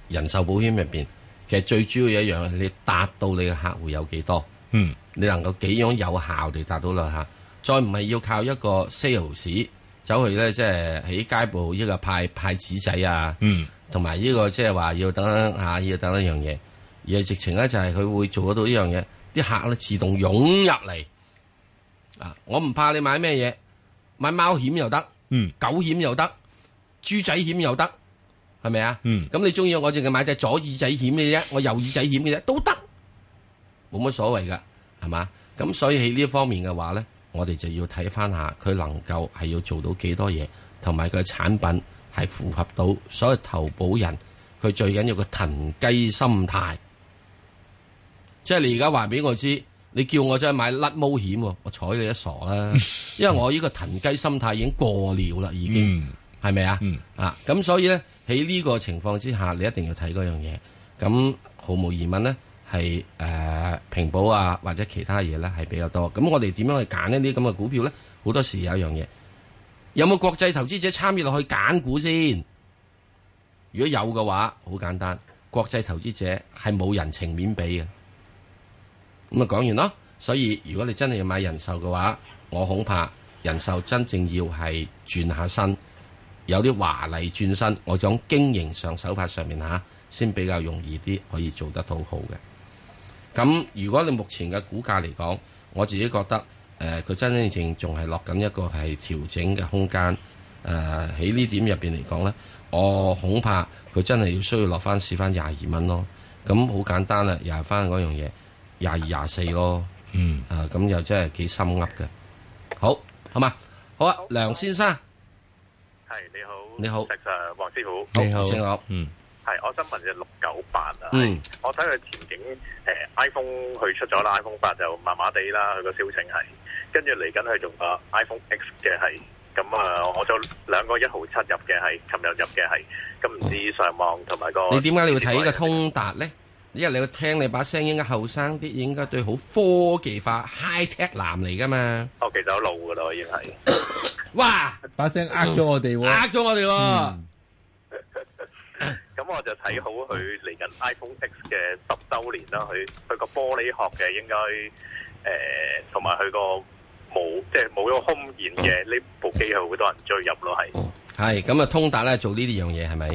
Speaker 2: 人壽保險入邊，其實最主要有一樣，你達到你嘅客戶有幾多，
Speaker 3: 嗯，
Speaker 2: 你能夠幾樣有效地達到啦嚇。再唔係要靠一個 sales 走去咧，即係喺街部呢個派派紙仔啊，
Speaker 3: 嗯，
Speaker 2: 同埋呢個即係話要等等嚇、要等等一樣嘢，而係直情咧就係佢會做得到呢樣嘢，啲客咧自動湧入嚟啊！我唔怕你買咩嘢，買貓險又得。
Speaker 3: 嗯
Speaker 2: 狗險又得，豬仔險又得，係咪啊？
Speaker 3: 嗯
Speaker 2: 咁你中意我淨係買隻左耳仔險嘅啫，我右耳仔險嘅啫，都得，冇乜所謂噶，係嘛？咁所以喺呢一方面嘅話咧，我哋就要睇翻下佢能夠係要做到幾多嘢，同埋佢嘅產品係符合到所有投保人佢最緊要嘅騰雞心態。即係你而家話俾我知，你叫我真係買甩毛險喎，我睬你都傻啦，因為我呢個騰雞心態已經過了啦，已經。
Speaker 3: 嗯
Speaker 2: 係咪啊？
Speaker 3: 嗯
Speaker 2: 啊，咁所以咧喺呢個情況之下，你一定要睇嗰樣嘢。咁毫無疑問咧，係誒、呃平保啊或者其他嘢咧係比較多。咁我哋點樣去揀呢啲咁嘅股票咧？好多時有一樣嘢，有冇國際投資者參與落去揀股先？如果有嘅話，好簡單，國際投資者係冇人情面俾嘅。咁啊講完咯。所以如果你真係要買人壽嘅話，我恐怕人壽真正要係轉下身，有啲華麗轉身。我講經營上手法上面嚇，先比較容易啲，可以做得到好嘅。咁如果你目前嘅股價嚟講，我自己覺得誒，呃佢、真真正正仲係落緊一個係調整嘅空間。誒喺呢點入邊嚟講呢，我恐怕佢真係要需要落翻試翻廿二蚊咯。咁好簡單啦，又係翻嗰樣嘢，廿二廿四咯。
Speaker 3: 嗯，
Speaker 2: 啊，咁又真係幾心噏嘅。好，好嘛，好啊，梁先生，
Speaker 5: 係你好，
Speaker 2: 你好
Speaker 5: 石 Sir 黃師傅，
Speaker 2: 好請講
Speaker 3: 嗯
Speaker 5: 係我想問嘅六九八啊，
Speaker 2: 嗯，
Speaker 5: 我睇佢前景，誒 iPhone 佢出咗啦，iPhone 八就麻麻地啦，佢個銷情係，跟住嚟緊佢仲個 iPhone X 嘅係，咁啊我就兩個一毫七入嘅係，琴日入嘅係，咁唔知上網同埋個
Speaker 2: 你點解你要睇呢個通達咧？因為你要聽你把聲應該後生啲，應該對好科技化 high tech 男嚟噶嘛？
Speaker 5: 我哦其實有路噶啦，已經係。
Speaker 2: 哇，
Speaker 3: 把聲呃咗我哋
Speaker 2: 呃咗我哋喎！
Speaker 5: 咁我就睇好佢嚟緊 iPhone X 嘅十周年啦，佢佢個玻璃殼嘅應該誒，同埋佢個冇即係冇咗空弦嘅呢部機係好多人追入咯，係
Speaker 2: 係咁啊，通達咧做呢啲樣嘢係咪？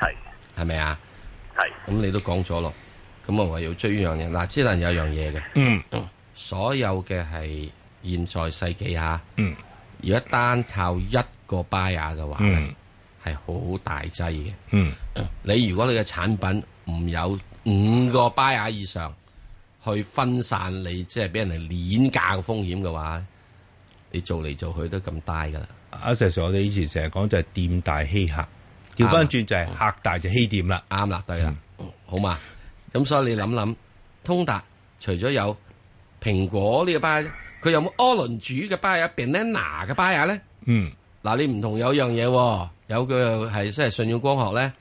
Speaker 5: 係
Speaker 2: 係咪啊？
Speaker 5: 係
Speaker 2: 咁你都講咗咯，咁我唯有追呢樣嘢。嗱，只能有一樣嘢嘅，
Speaker 3: 嗯
Speaker 2: 所有嘅係現在世紀下，
Speaker 3: 嗯
Speaker 2: 如果單靠一個 buyer 嘅話咧
Speaker 3: 嗯，
Speaker 2: 係好、大劑嘅。
Speaker 3: 嗯
Speaker 2: 你如果你嘅產品唔有五個 buyer 以上去分散你即係俾人哋攣價嘅風險嘅話，你做嚟做去都咁大噶啦。
Speaker 3: 阿石 Sir，我哋以前成日講就係店大欺客，調翻轉就係客大就欺店啦。
Speaker 2: 啱啦，對啦，好嘛？咁所以你諗諗，通達除咗有蘋果呢個 buyer，佢有冇 orange 嘅 buyer、banana 嘅 buyer 咧？
Speaker 3: 嗯
Speaker 2: 嗱，你唔同有樣嘢喎，有佢又係即係信用光學咧，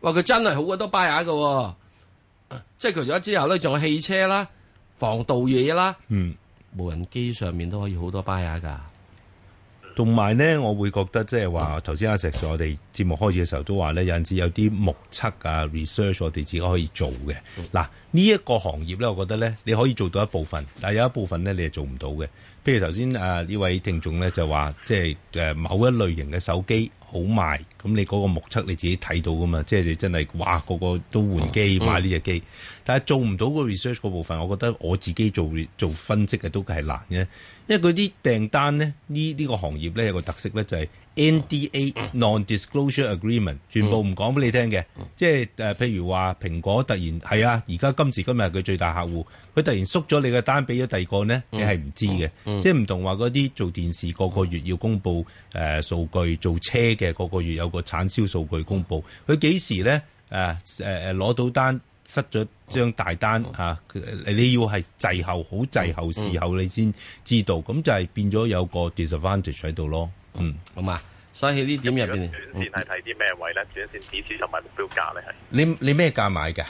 Speaker 2: 哇！佢真係好鬼多 buyer 嘅喎，即係除咗之後咧，仲有汽車啦、防盜嘢啦、
Speaker 3: 嗯。
Speaker 2: 無人機上面都可以好多 buyer 噶。
Speaker 3: 同埋咧，我會覺得即係話，頭先阿石 Sir 我哋節目開始嘅時候都話咧，有陣時有啲目測啊 research 我哋自己可以做嘅。嗱，呢一個行業咧，我覺得咧，你可以做到一部分，但係有一部分咧，你係做唔到嘅。譬如頭先啊呢位聽眾咧就話，即係誒某一類型嘅手機好賣，咁你嗰個目測你自己睇到噶嘛？即係你真係哇，個個都換機買呢只機，但係做唔到個 research 嗰部分，我覺得我自己做做分析嘅都係難嘅，因為佢啲訂單咧，呢呢個行業咧有個特色咧就係 NDA non-disclosure agreement，全部唔講俾你聽嘅，即係誒譬如話蘋果突然係啊，而家今時今日係佢最大客戶，佢突然縮咗你嘅單俾咗第二個咧，你係唔知嘅，即係唔同話嗰啲做電視個個月要公佈誒、呃、數據，做車嘅個個月有個產銷數據公佈，佢幾時咧？誒誒誒攞到單失咗張大單嚇，佢你要係滯後，好滯後事後你先知道，咁就係變咗有個 disadvantage 喺度咯。嗯，
Speaker 2: 好嘛？所以喺呢點入邊
Speaker 5: 如
Speaker 2: 嗯
Speaker 5: 果，短線係睇啲咩位咧？短線指示同埋目標價咧係
Speaker 3: 你你咩價買㗎？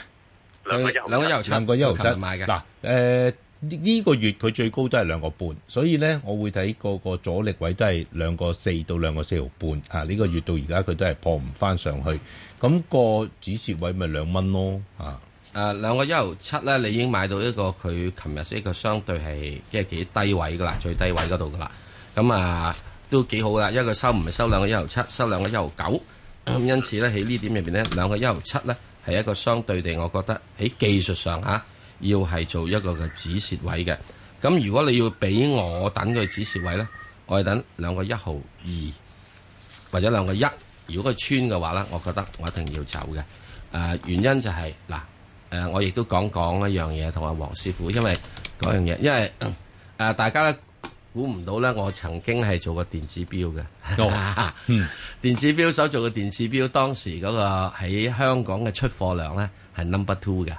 Speaker 5: 兩個一毫
Speaker 2: 嗯兩個一
Speaker 5: 七
Speaker 2: 毫七，
Speaker 3: 兩個一毫七
Speaker 2: 我琴日買嘅。
Speaker 3: 嗱，誒呢呢個月佢最高都係兩個半，所以咧我會睇個個阻力位都係兩個四到兩個四毫半啊！呢、個月到而家佢都係破唔翻上去，咁、個止蝕位咪兩蚊咯啊！
Speaker 2: 誒兩呃個一毫七咧，你已經買到一個佢琴日一個相對係即係幾低位噶啦，最低位嗰度噶啦。咁啊都幾好啦，因為佢收唔係收兩個一毫七，收兩個一毫九。咁因此咧喺呢點入邊咧，兩個一毫七咧係一個相對地，我覺得喺技術上嚇、要係做一個嘅止蝕位嘅。咁如果你要俾我等佢止蝕位咧，我係等兩個一毫二。或者兩個一，如果佢穿嘅話咧，我覺得我一定要走嘅。誒、原因就係、嗱，誒、我亦都講講一樣嘢同阿黃師傅，因為嗰樣嘢，因為誒、大家咧估唔到咧，我曾經係做過電子錶嘅。
Speaker 3: 哦嗯
Speaker 2: 電子錶手做嘅電子錶，當時嗰個喺香港嘅出貨量咧係 number two 嘅，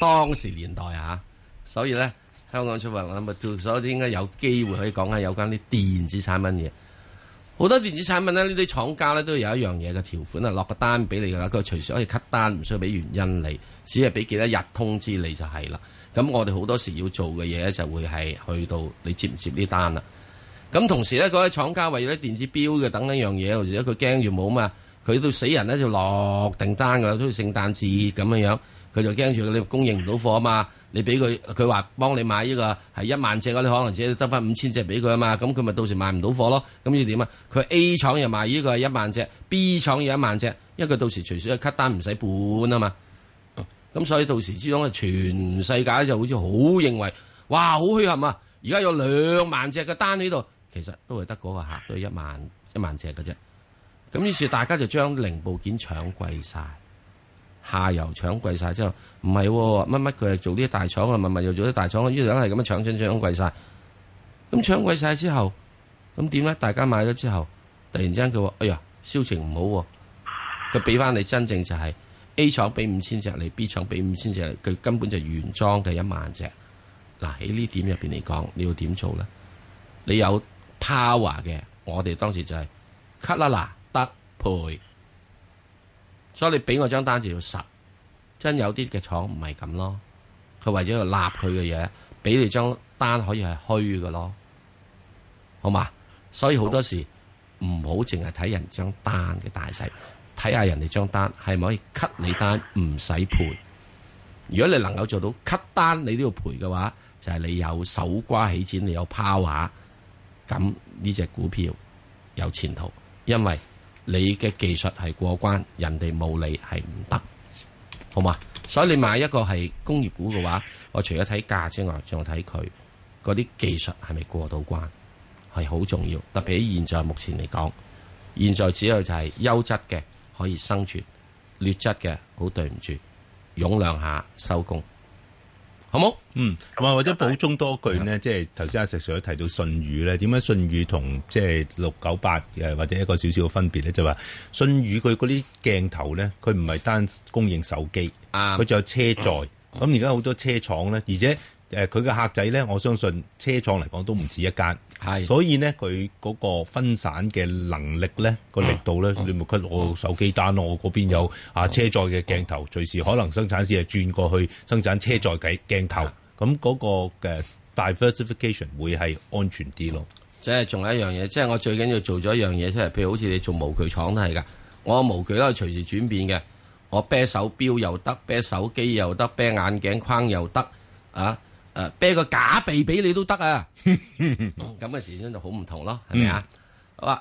Speaker 2: 當時年代啊，所以咧香港出貨量 number two，所以應該有機會可以講下有關啲電子產品嘢。好多電子產品咧，呢啲廠家咧都有一樣嘢嘅條款啊，落個單俾你噶啦，佢隨時可以 cut 單，唔需要俾原因你，只係俾幾多日通知你就係啦。咁我哋好多時要做嘅嘢咧，就會係去到你接唔接呢單啦。咁同時咧，嗰啲廠家為咗電子錶嘅等等樣嘢，或者佢驚住冇嘛，佢到死人咧就落訂單噶啦，都似聖誕節咁樣樣，佢就驚住你供應唔到貨啊嘛。你俾佢，佢話幫你買呢個係一萬隻嗰啲，可能只得翻五千隻俾佢啊嘛，咁佢咪到時賣唔到貨咯。咁要點啊？佢 A 廠又賣呢個一萬隻，B 廠又一萬隻，因為佢到時隨時一 cut 單唔使本啊嘛。咁所以到時之中咧，啊全世界就好似好認為，哇，好虛冚啊！而家有兩萬隻嘅單喺度，其實都係得嗰個客都係一萬一萬隻嘅啫。咁於是大家就將零部件搶貴晒，下游搶貴晒之後，唔係喎乜乜佢係做呢啲大廠啊，乜乜又做啲大廠啊，於是梗係咁樣搶搶搶貴晒。咁搶貴晒之後，咁點咧？大家買咗之後，突然之間佢話：哎呀，銷情唔好喎、佢俾翻你真正就係 A 廠俾五千隻你，B 廠俾五千隻你，佢根本就原裝嘅一萬隻。嗱喺呢點入邊嚟講，你要點做咧？你有 power 嘅，我哋當時就係 cut 啦嗱，得賠。所以你俾我張單就要實，真有啲嘅廠唔係咁咯，佢為咗要立佢嘅嘢，俾你張單可以係虛嘅咯，好嘛？所以好多時唔好淨係睇人張單嘅大細，睇下人哋張單係咪可以 cut 你單唔使賠。如果你能夠做到 cut 單，你都要賠嘅話，就係、你有手瓜起錢，你有 power，咁呢只股票有前途，因為你嘅技術係過關，人哋冇你係唔得，好嘛？所以你買一個係工業股嘅話，我除咗睇價之外，仲睇佢嗰啲技術係咪過到關，係好重要。特別喺現在目前嚟講，現在只有就係優質嘅可以生存，劣質嘅好對唔住。湧量下收工，好冇？
Speaker 3: 嗯，同埋或者補充多句呢，即係頭先阿石 Sir 都提到信譽咧，點解信譽同即係六九八誒或者一個少少嘅分別咧，就話信譽佢嗰啲鏡頭咧，佢唔係單供應手機，
Speaker 2: 啱
Speaker 3: 佢仲有車載。咁而家好多車廠咧，而且誒佢嘅客仔咧，我相信車廠嚟講都唔止一間。
Speaker 2: 係
Speaker 3: 所以咧，佢嗰個分散嘅能力咧，個力度咧，你咪佢攞手機單咯，我嗰邊有啊車載嘅鏡頭，隨時可能生產線係轉過去生產車載嘅鏡頭，咁嗰個嘅 diversification 會係安全啲咯。
Speaker 2: 即係仲有一樣嘢，即係我最緊要做咗一樣嘢出嚟，譬如好似你做模具廠都係噶，我模具都係隨時轉變嘅，我啤手錶又得，啤手機又得，啤眼鏡框又得，啊誒、啤個假鼻俾你都得 啊，咁嘅時先就好唔同咯，係咪啊？好啊，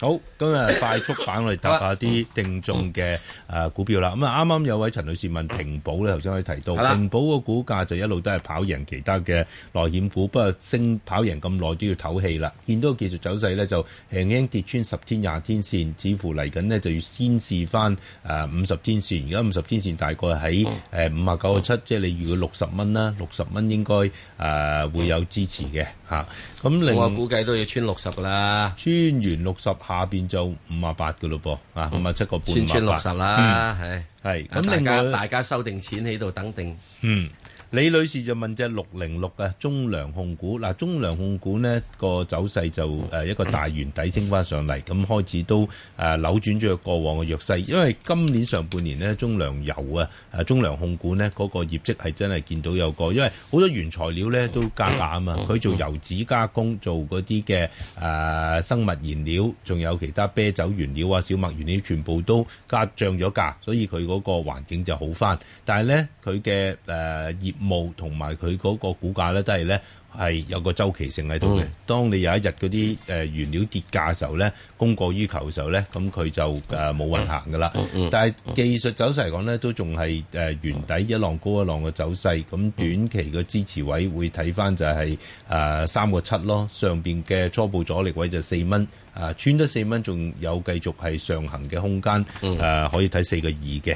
Speaker 3: 好，今日快速版我哋答下啲定中嘅
Speaker 2: 嗯
Speaker 3: 誒股票啦。咁啊，啱啱有位陳女士問平保咧，頭先可以提到
Speaker 2: 係啦
Speaker 3: 平保個股價就一路都係跑贏其他嘅內險股，不過升跑贏咁耐都要唞氣啦。見到技術走勢咧，就輕輕跌穿十天廿天線，似乎嚟緊呢就要先試翻誒五十天線。而家五十天線大概喺
Speaker 2: 嗯
Speaker 3: 誒五啊九個七，即係你預佢六十蚊啦，六十蚊應該誒、會有支持嘅嚇。咁、另
Speaker 2: 我估計都要穿六十噶啦，
Speaker 3: 穿完六十下下邊就五啊八嘅咯噃，啊五啊七個半，
Speaker 2: 千嗯穿落實啦，係
Speaker 3: 係
Speaker 2: 咁
Speaker 3: 咁
Speaker 2: 大
Speaker 3: 另
Speaker 2: 家
Speaker 3: 外
Speaker 2: 大家收定錢喺度等定，
Speaker 3: 嗯，李女士就問只六零六啊，中糧控股嗱，中糧控股呢個走勢就誒一個大圓底升翻上嚟，咁開始都誒扭轉咗過往嘅弱勢，因為今年上半年呢，中糧油啊、誒中糧控股呢嗰個業績係真係見到有個，因為好多原材料呢都加價啊嘛，佢做油脂加工，做嗰啲嘅誒生物燃料，仲有其他啤酒原料啊、小麥原料，全部都加漲咗價，所以佢嗰個環境就好翻。但係咧，佢嘅誒業務同埋佢嗰個股價咧，都係咧係有個周期性喺度嘅。當你有一日嗰啲誒原料跌價嘅時候咧，供過於求嘅時候咧，咁佢就誒呃冇運行噶啦。但係技術走勢嚟講咧，都仲係誒原底一浪高一浪嘅走勢。咁短期嘅支持位會睇翻就係誒三個七咯，上邊嘅初步阻力位就四蚊。啊，穿咗四蚊仲有繼續係上行嘅空間。誒、可以睇四個二嘅。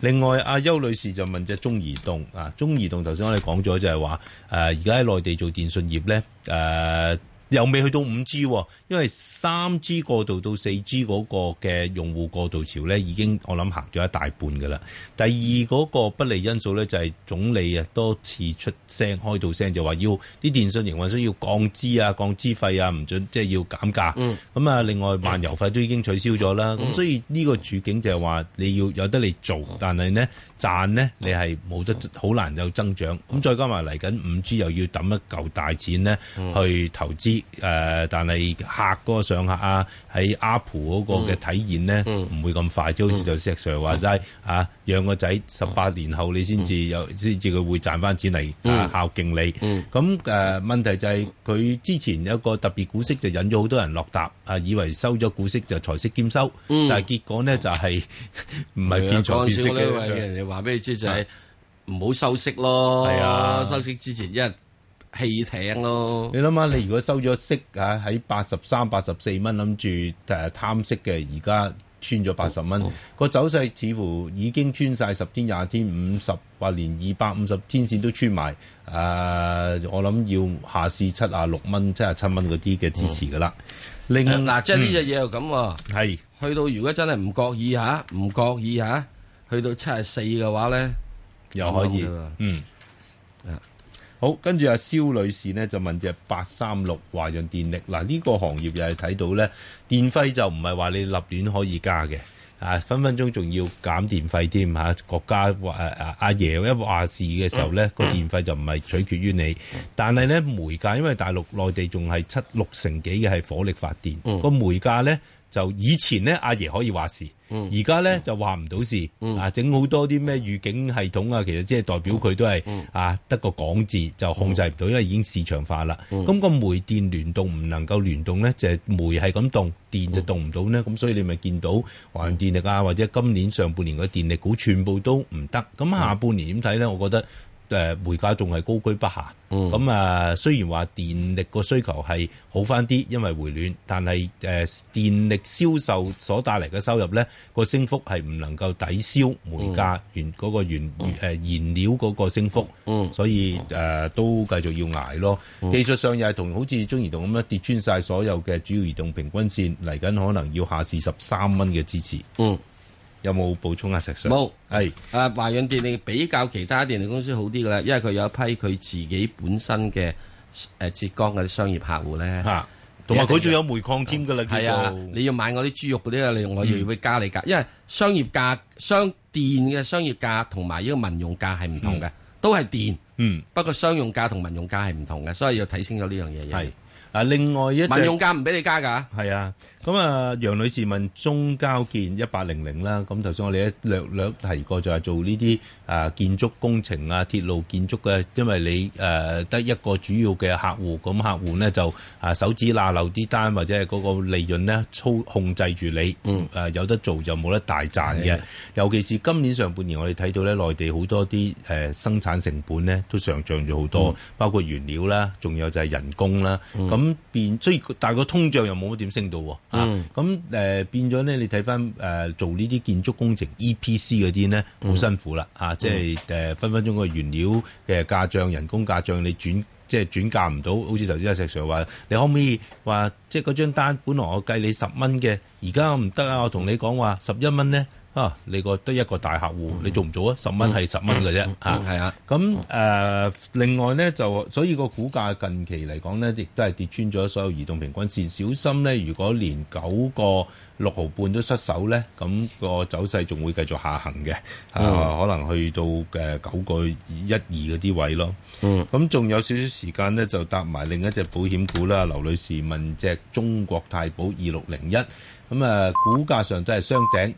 Speaker 3: 另外，阿邱女士就問只中移動啊，中移動頭先我哋講咗就係話，誒而家喺內地做電信業咧，誒、又未去到五 G，因為三 G 過渡到四 G 嗰個嘅用戶過渡潮咧，已經我諗行咗一大半噶啦。第二嗰個不利因素咧，就係總理啊多次出聲開到聲就話要啲電信營運商要降資啊、降資費啊，唔準即係要減價。咁啊，另外漫遊費都已經取消咗啦。咁所以呢個處境就係話你要有得你做，但係呢賺呢，你係冇得好難有增長。咁再加埋嚟緊五 G 又要抌一嚿大錢呢去投資誒、呃但係客嗰個上客啊，喺 Apple 嗰個嘅體現呢，唔會咁快，即係好似就石 Sir 話齋啊，養個仔十八年後你先至有先至佢會賺翻錢嚟啊孝敬你。咁誒、呃、問題就係佢之前有一個特別股息就引咗好多人落搭啊，以為收咗股息就財息兼收，但係結果呢就係唔係變財
Speaker 2: 嗰陣
Speaker 3: 變
Speaker 2: 時
Speaker 3: 息
Speaker 2: 我啊呢位
Speaker 3: 嘅。啊
Speaker 2: 人哋話俾你知就係唔好收息咯，
Speaker 3: 係啊
Speaker 2: 收息之前一日氣艇咯
Speaker 3: 你。諗下，你如果收咗息啊，喺八十三、八十四蚊，諗住誒貪息嘅，而家穿咗八十蚊，個走勢似乎已經穿晒十天、廿天、五十或連二百五十天線都穿埋。誒、我諗要下試七啊六蚊、七啊七蚊嗰啲嘅支持噶啦。另
Speaker 2: 啊嗱，即係呢只嘢又咁喎。
Speaker 3: 係
Speaker 2: 去到如果真係唔覺意吓，唔覺意吓，去到七十四嘅話咧，
Speaker 3: 又可以
Speaker 2: 咁樣嘅喎，
Speaker 3: 嗯。好，跟住阿蕭女士呢，就問只八三六華潤電力嗱，呢、個行業又係睇到呢電費就唔係話你立亂可以加嘅。啊，分分鐘仲要減電費添嚇、國家話啊阿爺一話事嘅時候呢，個電費就唔係取決於你，但係呢，煤價，因為大陸內地仲係七六成幾嘅係火力發電，個、煤價呢，就以前呢，阿爺可以話事，而家呢，就話唔到事，啊整好多啲咩預警系統啊，其實即係代表佢都係啊得個講字就控制唔到，因為已經市場化啦。咁個煤電聯動唔能夠聯動呢，就係煤係咁動，電就動唔到呢。咁所以你咪見到華潤電力啊，或者今年上半年嘅電力股全部都唔得。咁下半年點睇呢？我覺得。誒呃煤價仲係高居不下，
Speaker 2: 嗯
Speaker 3: 咁啊、雖然話電力個需求係好翻啲，因為回暖，但係誒、電力銷售所帶嚟嘅收入咧，個升幅係唔能夠抵消煤
Speaker 2: 嗯
Speaker 3: 價原嗰、個原誒、燃料嗰個升幅，
Speaker 2: 嗯
Speaker 3: 所以誒、都繼續要捱咯。技術上又係同好似中移動咁樣跌穿晒所有嘅主要移動平均線，嚟緊可能要下試十三蚊嘅支持。
Speaker 2: 嗯，
Speaker 3: 有冇補充啊？石 Sir
Speaker 2: 冇
Speaker 3: 係
Speaker 2: 啊，華潤電力比較其他電力公司好啲噶啦，因為佢有一批佢自己本身嘅誒浙江嗰啲商業客戶咧。
Speaker 3: 嚇，同埋佢仲有煤礦添㗎啦，叫
Speaker 2: 系啊
Speaker 3: 做，
Speaker 2: 你要買我啲豬肉嗰啲啊，你我要會加你價，
Speaker 3: 嗯
Speaker 2: 因為商業價、商電嘅商業價同埋呢個民用價係唔同嘅，都係電，
Speaker 3: 嗯。
Speaker 2: 不過商用價同民用價係唔同嘅，所以要睇清楚呢樣嘢。
Speaker 3: 係啊，另外一隻
Speaker 2: 民用價唔俾你加㗎，
Speaker 3: 係啊，咁啊，楊女士問中交建一八零零啦，咁頭先我哋一略略提過就係做呢啲啊建築工程啊、鐵路建築嘅，因為你誒呃得、一個主要嘅客戶，咁客戶呢就啊手指罅漏啲單或者係嗰個利潤呢操控制住你，嗯誒有得做就冇得大賺嘅
Speaker 2: 係。
Speaker 3: 尤其是今年上半年，我哋睇到咧，內地好多啲誒、呃生產成本咧都上漲咗好多，包括原料啦，仲有就係人工啦。咁、變，所以個但係個通脹又冇乜點升到喎。啊，咁誒、呃、變咗咧，你睇翻誒做呢啲建築工程 EPC 嗰啲咧，好辛苦啦。啊，即係誒、呃分分鐘個原料嘅價漲、人工價漲，你轉。即係轉嫁唔到，好似頭先阿石 Sir 話，你可唔可以話即係嗰張單本來我計你十蚊嘅，而家我唔得啊！我同你講話十一蚊咧，啊你個得一個大客戶，你做唔做啊？十蚊係十蚊嘅啫嚇。
Speaker 2: 係啊，
Speaker 3: 咁誒、呃另外咧就所以個股價近期嚟講咧，亦都係跌穿咗所有移動平均線。小心咧，如果連九個六毫半都失手咧，咁、個走勢仲會繼續下行嘅，啊可能去到誒九個一二嗰啲位咯。
Speaker 2: 嗯，
Speaker 3: 咁仲有少少時間咧，就搭埋另一隻保險股啦。劉女呃士問隻中國太保二六零一，咁啊股價上都係雙頂。